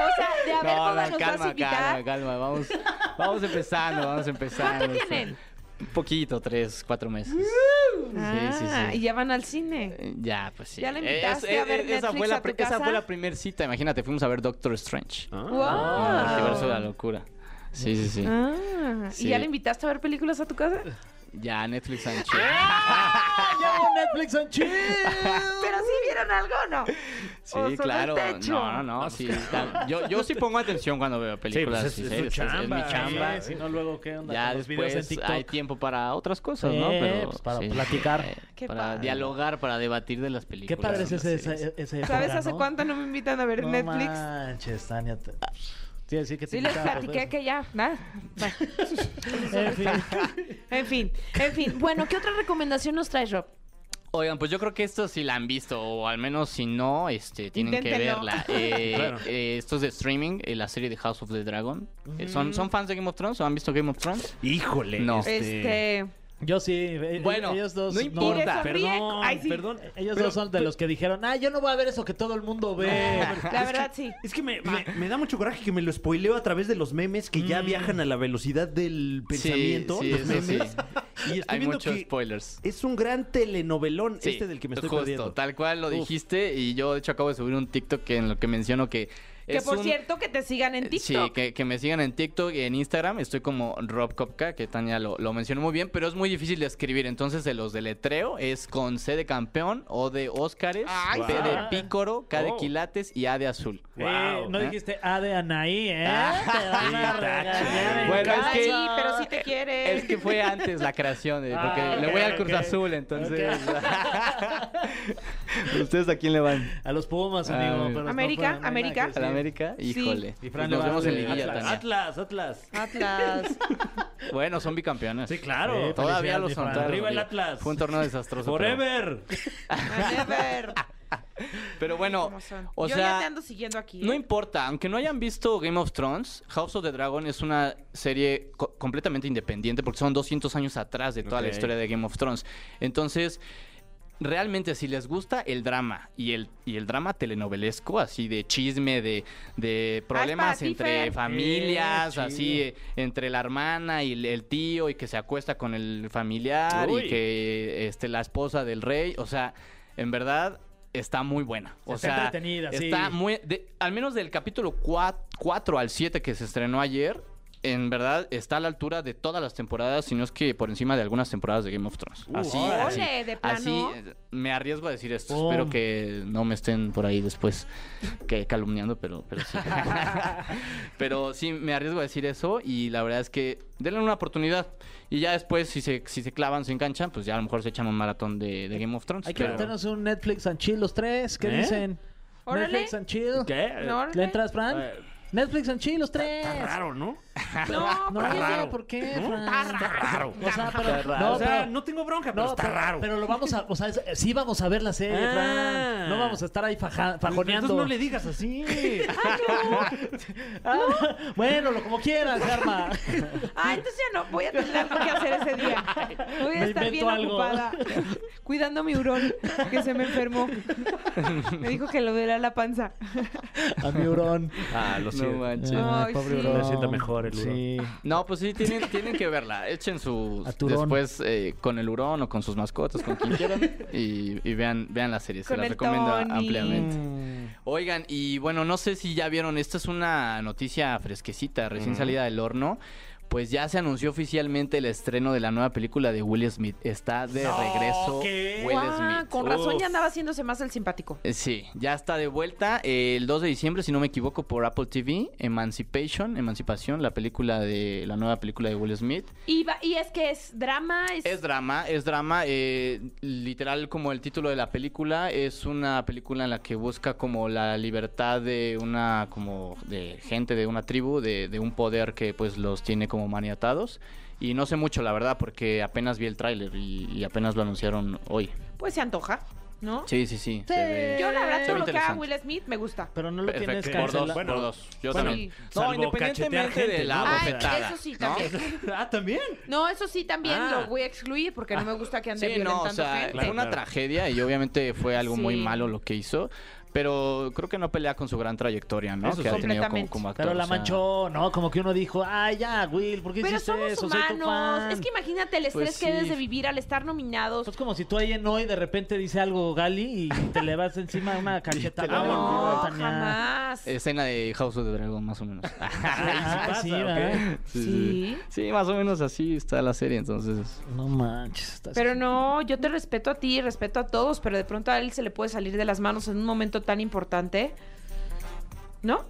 S2: O sea, de haber
S8: No,
S2: boda nos vas
S8: no,
S2: a
S8: calma, calma,
S2: invitar.
S8: calma. Vamos, vamos empezando, vamos empezando.
S2: ¿Cuánto tienen?
S8: Un poquito, tres, cuatro meses. sí, sí,
S2: Ah,
S8: sí.
S2: Y ya van al cine.
S8: Eh, Ya, pues sí.
S2: ¿Ya la
S8: Eh,
S2: invitaste a ver
S8: esa
S2: Netflix
S8: fue la,
S2: a tu
S8: pri- Esa
S2: casa?
S8: fue la primera cita, imagínate, fuimos a ver Doctor Strange.
S3: Ah.
S2: ¡Wow!
S8: El multiverso de la locura. Sí, sí, sí.
S2: Ah, ¿Y
S8: Sí.
S2: ya la invitaste a ver películas a tu casa?
S8: Ya, Netflix and chill.
S2: Ah,
S4: Llamo Netflix and chill.
S2: Pero sí vieron algo, ¿no?
S8: Sí,
S2: O solo el
S8: claro.
S2: techo.
S8: No, no, no. Sí, tam- yo, yo sí pongo atención cuando veo películas.
S3: pues es-
S8: y
S3: es su
S8: series,
S3: chamba,
S8: mi chamba.
S4: Sí, Si no, luego, ¿qué onda?
S8: Ya
S4: con los videos en
S8: después
S4: TikTok?
S8: hay tiempo para otras cosas, ¿no? Eh,
S4: Eh, pues, para platicar.
S2: Qué
S8: para
S2: padre.
S8: dialogar, para debatir de las películas.
S4: Qué padre es
S8: y las
S4: ese, eh.
S8: series.
S4: ese, ese
S2: ¿Sabes
S4: programa,
S2: hace
S4: ¿no?
S2: cuánto no me invitan a ver
S4: No
S2: Netflix?
S4: manches, Tania. te- Sí, así que te
S2: Sí les
S4: invitaba, pues,
S2: platiqué que ya, nada. Bueno,
S4: En fin.
S2: en fin, en fin. Bueno, ¿qué otra recomendación nos traes, Rob?
S8: Oigan, pues yo creo que esto si la han visto, o al menos si no, este, tienen que
S2: Inténtenlo.
S8: verla. Eh,
S3: Claro.
S8: eh, esto es de streaming, eh, la serie de House of the Dragon. Eh, ¿Son, ¿Son fans de Game of Thrones? ¿O han visto Game of Thrones?
S3: Híjole.
S8: No.
S2: Este,
S4: Yo sí. eh,
S8: Bueno,
S4: ellos dos.
S8: no
S2: y de
S8: importa.
S2: sonríe.
S3: Perdón,
S2: Ay, sí.
S3: perdón.
S4: Ellos dos son de los que dijeron, ah, yo no voy a ver eso que todo el mundo
S3: Eh,
S4: ve.
S2: La verdad, sí.
S3: Es que me, me- me da mucho coraje que me lo spoileo a través de los memes que ya viajan a la velocidad del pensamiento.
S8: Mm. sí,
S3: los
S8: eso Pues, sí.
S3: memes. Y estoy
S8: Hay
S3: viendo
S8: muchos
S3: que
S8: spoilers.
S3: es un gran telenovelón
S8: Sí,
S3: este del que me estoy
S8: justo,
S3: perdiendo.
S8: Tal cual lo
S3: Uf.
S8: dijiste y yo de hecho acabo de subir un TikTok que en lo que menciono que...
S2: Que
S8: es
S2: por
S8: un-
S2: cierto, que te sigan en TikTok.
S8: Sí, que, que me sigan en TikTok y en Instagram. Estoy como Rob Kopka, que Tania lo, lo mencionó muy bien, pero es muy difícil de escribir. Entonces se los deletreo. Es con C de campeón, O de Óscares,
S2: Ay,
S8: P
S2: sí.
S8: de Pícoro, K de
S3: Oh.
S8: Quilates y A de Azul.
S4: Eh,
S3: Wow.
S4: no dijiste A de Anaí, ¿eh? Te van a regañar en
S8: Bueno, es
S4: casa.
S2: Ay,
S8: que- eh,
S2: pero sí te quiere.
S8: Es que fue antes la creación, eh, porque
S4: Ah,
S8: le
S4: ok,
S8: voy al
S4: ok.
S8: Cruz Azul, entonces...
S4: Ok.
S8: ¿Ustedes a quién le van?
S4: A los Pumas,
S8: Ah,
S4: amigo.
S8: bueno.
S4: pero no
S2: América,
S4: fueron, no hay
S2: América.
S4: nada que
S8: ¿A la
S4: decir.
S8: América?
S2: Sí.
S8: Híjole.
S4: Y
S8: Pues
S4: Fran le
S8: nos
S4: va
S8: vemos
S4: a
S8: en
S4: hacer
S8: liguilla, Ah,
S3: Atlas,
S8: Tania.
S3: Atlas, Atlas.
S2: Atlas.
S8: Bueno, son bicampeones.
S3: Sí, claro.
S4: Sí,
S8: Todavía
S4: Felicidades,
S8: los
S4: mi
S8: son.
S4: Fran.
S8: todavía
S3: Arriba el
S8: los digo.
S3: Atlas.
S8: Fue un torneo desastroso. pero-
S3: Forever.
S2: Never.
S8: Pero bueno,
S2: ¿Cómo son?
S8: o
S2: Yo ya te
S8: sea,
S2: ando siguiendo aquí.
S8: no
S2: ¿eh?
S8: importa, aunque no hayan visto Game of Thrones, House of the Dragon es una serie co- completamente independiente porque son 200 años atrás de toda
S3: Ok.
S8: la historia de Game of Thrones. Entonces, realmente si les gusta el drama y el, y el drama telenovelesco, así de chisme, de, de problemas
S2: ti,
S8: entre
S2: Fer.
S8: familias,
S7: Eh,
S8: así
S7: chido.
S8: eh, entre la hermana y el, el tío y que se acuesta con el familiar
S3: Uy.
S8: y que este, la esposa del rey, o sea, en verdad... Está muy buena. O
S4: Está
S8: sea,
S4: entretenida, sí.
S8: está muy. de- al menos del capítulo 4 al 7 que se estrenó ayer, en verdad está a la altura de todas las temporadas, si no es que por encima de algunas temporadas de Game of Thrones.
S4: Uh,
S8: así,
S4: órale.
S8: así,
S2: Ole, de
S8: así,
S2: plano.
S8: eh, me arriesgo a decir esto.
S4: Pum.
S8: Espero que no me estén por ahí después que calumniando, pero, pero sí. pero sí, me arriesgo a decir eso y la verdad es que denle una oportunidad. Y ya después, si se, si se clavan, se enganchan, pues ya a lo mejor se echan un maratón de, de Game of Thrones.
S4: Hay que
S8: pero-
S4: meternos un Netflix and chill los tres. ¿Qué
S3: ¿Eh?
S4: dicen?
S2: Órale.
S4: Netflix and chill.
S3: ¿Qué?
S2: No,
S4: ¿Le entras, Fran?
S3: Eh.
S4: Netflix and chill los tres.
S3: Está raro, ¿no?
S2: no,
S4: No,
S2: porque-
S3: raro.
S4: ¿por qué, Fran? Está
S3: raro.
S4: O sea, pero,
S3: No,
S4: No,
S3: o sea,
S4: pero-
S3: no tengo bronca, pero
S4: No,
S3: está
S4: pero,
S3: raro.
S4: pero lo vamos a, o sea, es- sí vamos a ver la serie,
S3: Ah.
S4: Fran. No vamos a estar ahí faja- fajoneando.
S3: Entonces no le digas así.
S4: Ah, Bueno, lo como quieras, Karma.
S2: Ah, entonces ya no voy a tener algo que hacer ese día. Voy a
S4: Me
S2: estar
S4: invento
S2: bien
S4: algo.
S2: ocupada cuidando mi hurón que se me enfermó. Me dijo que lo diera la panza.
S4: A mi hurón.
S3: ah, lo
S8: No manches.
S2: Ay, sí.
S3: Le sienta mejor el hurón.
S4: Sí.
S8: No, pues sí, tienen, tienen que verla. Echen su...
S4: A turón.
S8: Después eh, con el hurón o con sus mascotas, con quien quieran. Y, y vean, vean la serie, se
S2: Con
S8: las
S2: el
S8: recomiendo
S2: Tony.
S8: ampliamente.
S4: Mm.
S8: Oigan, y bueno, no sé si ya vieron, esta es una noticia fresquecita, recién
S4: Mm.
S8: salida del horno. Pues ya se anunció oficialmente el estreno de la nueva película de Will Smith. Está de regreso
S7: ¿qué?
S8: Will
S2: Guau,
S8: Smith.
S2: con razón ya andaba haciéndose más el simpático.
S8: Eh, Sí, ya está de vuelta eh, el 2 de diciembre, si no me equivoco, por Apple TV, Emancipation, Emancipación, la película de la nueva película de Will Smith.
S2: Y, va- y es que es drama, es,
S8: Es drama, es drama, eh, literal como el título de la película, es una película en la que busca como la libertad de una, como de gente de una tribu, de, de un poder que pues los tiene como maniatados. Y no sé mucho, la verdad, porque apenas vi el tráiler y, y apenas lo anunciaron hoy.
S2: pues se antoja, ¿no?
S8: Sí, sí, sí. se ve-
S2: Yo la verdad
S8: se ve
S2: todo lo que haga
S8: interesante.
S2: Will Smith me gusta.
S4: Pero no lo
S8: Perfecto,
S4: tienes
S8: por dos,
S4: cancelado.
S3: Bueno,
S8: por dos. Yo
S2: bueno,
S8: también.
S3: salvo
S8: No,
S3: cachetear
S8: independientemente
S3: gente,
S8: de la
S3: ¿no?
S2: Ay,
S8: bofetada.
S2: eso sí,
S8: pues ¿no?
S2: también.
S3: ah, ¿también?
S2: No, eso sí también
S3: Ah.
S2: lo voy a excluir porque no me gusta que ande
S8: Sí, no,
S2: violentando
S8: o sea,
S2: gente.
S8: fue una
S3: Claro.
S8: tragedia y obviamente fue algo muy
S2: Sí.
S8: malo lo que hizo, pero creo que no pelea con su gran trayectoria, ¿no?
S3: Eso
S8: que
S3: sí.
S8: ha tenido como,
S2: Completamente.
S8: como actor.
S4: Pero la
S8: o sea.
S4: manchó, ¿no? Como que uno dijo, ay, ya, Will, ¿por qué
S2: Pero
S4: hiciste
S2: somos
S4: eso? Soy tu
S2: humanos.
S4: fan.
S2: Es que imagínate el estrés
S8: Pues
S2: que debes
S8: sí.
S2: de vivir al estar nominados.
S4: Es Pues como si tú ahí en hoy de repente dice algo Gali y te le vas encima una cacheta.
S8: Te lo-
S2: No, jamás.
S8: Escena de House of the Dragon, más o menos.
S4: sí,
S3: pasa,
S4: ¿verdad?
S2: Sí.
S8: Sí, sí. Sí, más o menos así está la serie, entonces.
S4: No manches. estás-
S2: Pero no, yo te respeto a ti, respeto a todos, pero de pronto a él se le puede salir de las manos en un momento tan importante. ¿No?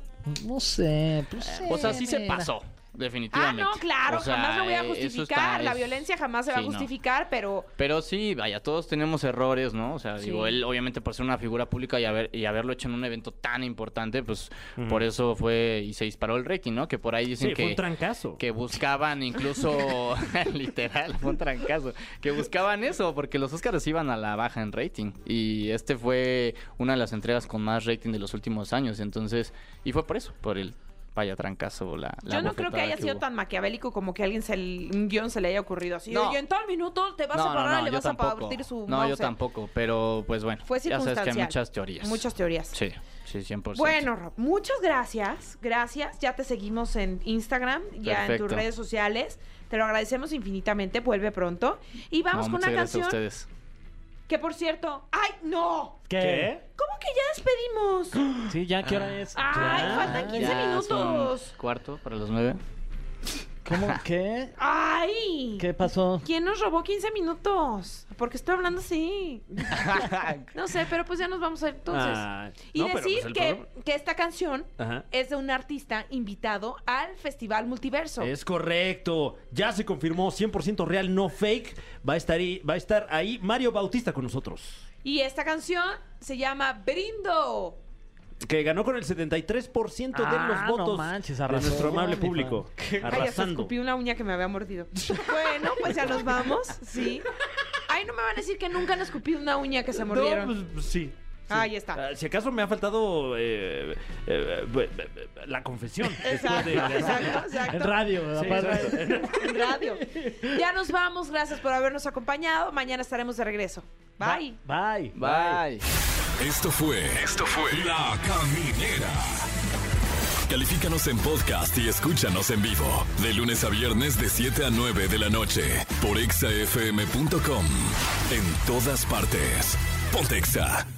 S4: No sé. Pues,
S2: Eh,
S8: O sea, sí se
S4: mira.
S8: pasó,
S2: Ah,
S8: definitivamente.
S2: no, claro,
S8: O sea,
S2: jamás lo voy a
S8: eh, eso está-
S2: justificar. La
S8: es-
S2: violencia jamás se va a
S8: sí, no.
S2: justificar, pero
S8: Pero sí, vaya, todos tenemos errores, ¿no? O sea,
S2: Sí.
S8: digo, él obviamente por ser una figura pública y, haber, y haberlo hecho en un evento tan importante, pues por eso fue y se disparó el rating, ¿no? Que por ahí dicen
S3: Sí, fue un
S8: que,
S3: trancazo.
S8: que buscaban incluso, literal, fue un trancazo, que buscaban eso, porque los Oscars iban a la baja en rating. Y este fue una de las entregas con más rating de los últimos años, entonces, y fue por eso, por el... Vaya trancazo la, la
S2: yo no creo que
S8: bofetada
S2: haya sido
S8: hubo.
S2: tan maquiavélico como que a alguien se, le- un guión se le haya ocurrido así.
S8: No.
S2: Oye, en tal minuto te vas a parar y le
S8: yo
S2: vas a
S8: tampoco.
S2: partir su
S8: No, yo
S2: mouse.
S8: tampoco, pero pues bueno.
S2: Fue
S8: ya sabes que hay
S2: circunstancial.
S8: muchas teorías.
S2: Muchas teorías.
S8: Sí, sí, 100%.
S2: Bueno, Rob, muchas gracias. Gracias. Ya te seguimos en Instagram, ya en tus
S8: Perfecto.
S2: redes sociales. Te lo agradecemos infinitamente. Vuelve pronto. Y vamos con
S8: No, muchas
S2: una
S8: gracias a
S2: canción
S8: ustedes.
S2: que, por cierto. ¡Ay, no!
S4: ¿Qué?
S2: ¿Cómo que ya despedimos?
S4: Sí, ya, ¿qué hora es?
S2: ¡Ay,
S4: Ya.
S2: faltan 15
S8: Ya
S2: minutos!
S8: son Cuarto para los nueve.
S4: ¿Cómo? ¿Qué?
S2: ¡Ay!
S4: ¿Qué pasó?
S2: ¿Quién nos robó 15 minutos? Porque estoy hablando así. No sé, pero pues ya nos vamos a ir entonces.
S3: Ah,
S2: y
S3: no, pero,
S2: decir
S3: pues, el
S2: que,
S3: programa-
S2: que esta canción
S3: Ajá.
S2: es de un artista invitado al Festival Multiverso.
S3: Es correcto. Ya se confirmó 100% real, no fake. Va a estar ahí, va a estar ahí Mario Bautista con nosotros.
S2: Y esta canción se llama Brindo.
S3: Que ganó con el 73% de
S4: Ah, no
S3: los votos
S4: manches,
S3: de
S4: arrasó,
S3: nuestro amable
S4: mi
S3: público.
S2: Ay, ya se
S3: Arrasando.
S2: escupí una uña que me había mordido. bueno, pues ya nos vamos, sí. Ay, no me van a decir que nunca han escupido una uña que se mordieron.
S3: No, pues, pues, sí.
S2: Ah, ahí está.
S3: Ah, Si acaso me ha faltado eh, eh, bu- bu- bu- la confesión. después de-
S2: exacto,
S4: En
S2: exacto.
S4: radio,
S3: Sí,
S4: aparte.
S3: exacto.
S2: En radio. Ya nos vamos, gracias por habernos acompañado. Mañana estaremos de regreso. Bye.
S4: Bye.
S8: Bye.
S1: Esto fue. Esto fue. La Caminera. Califícanos en podcast y escúchanos en vivo. De lunes a viernes, de 7 a 9 de la noche. Por exafm.com. En todas partes. Pontexa.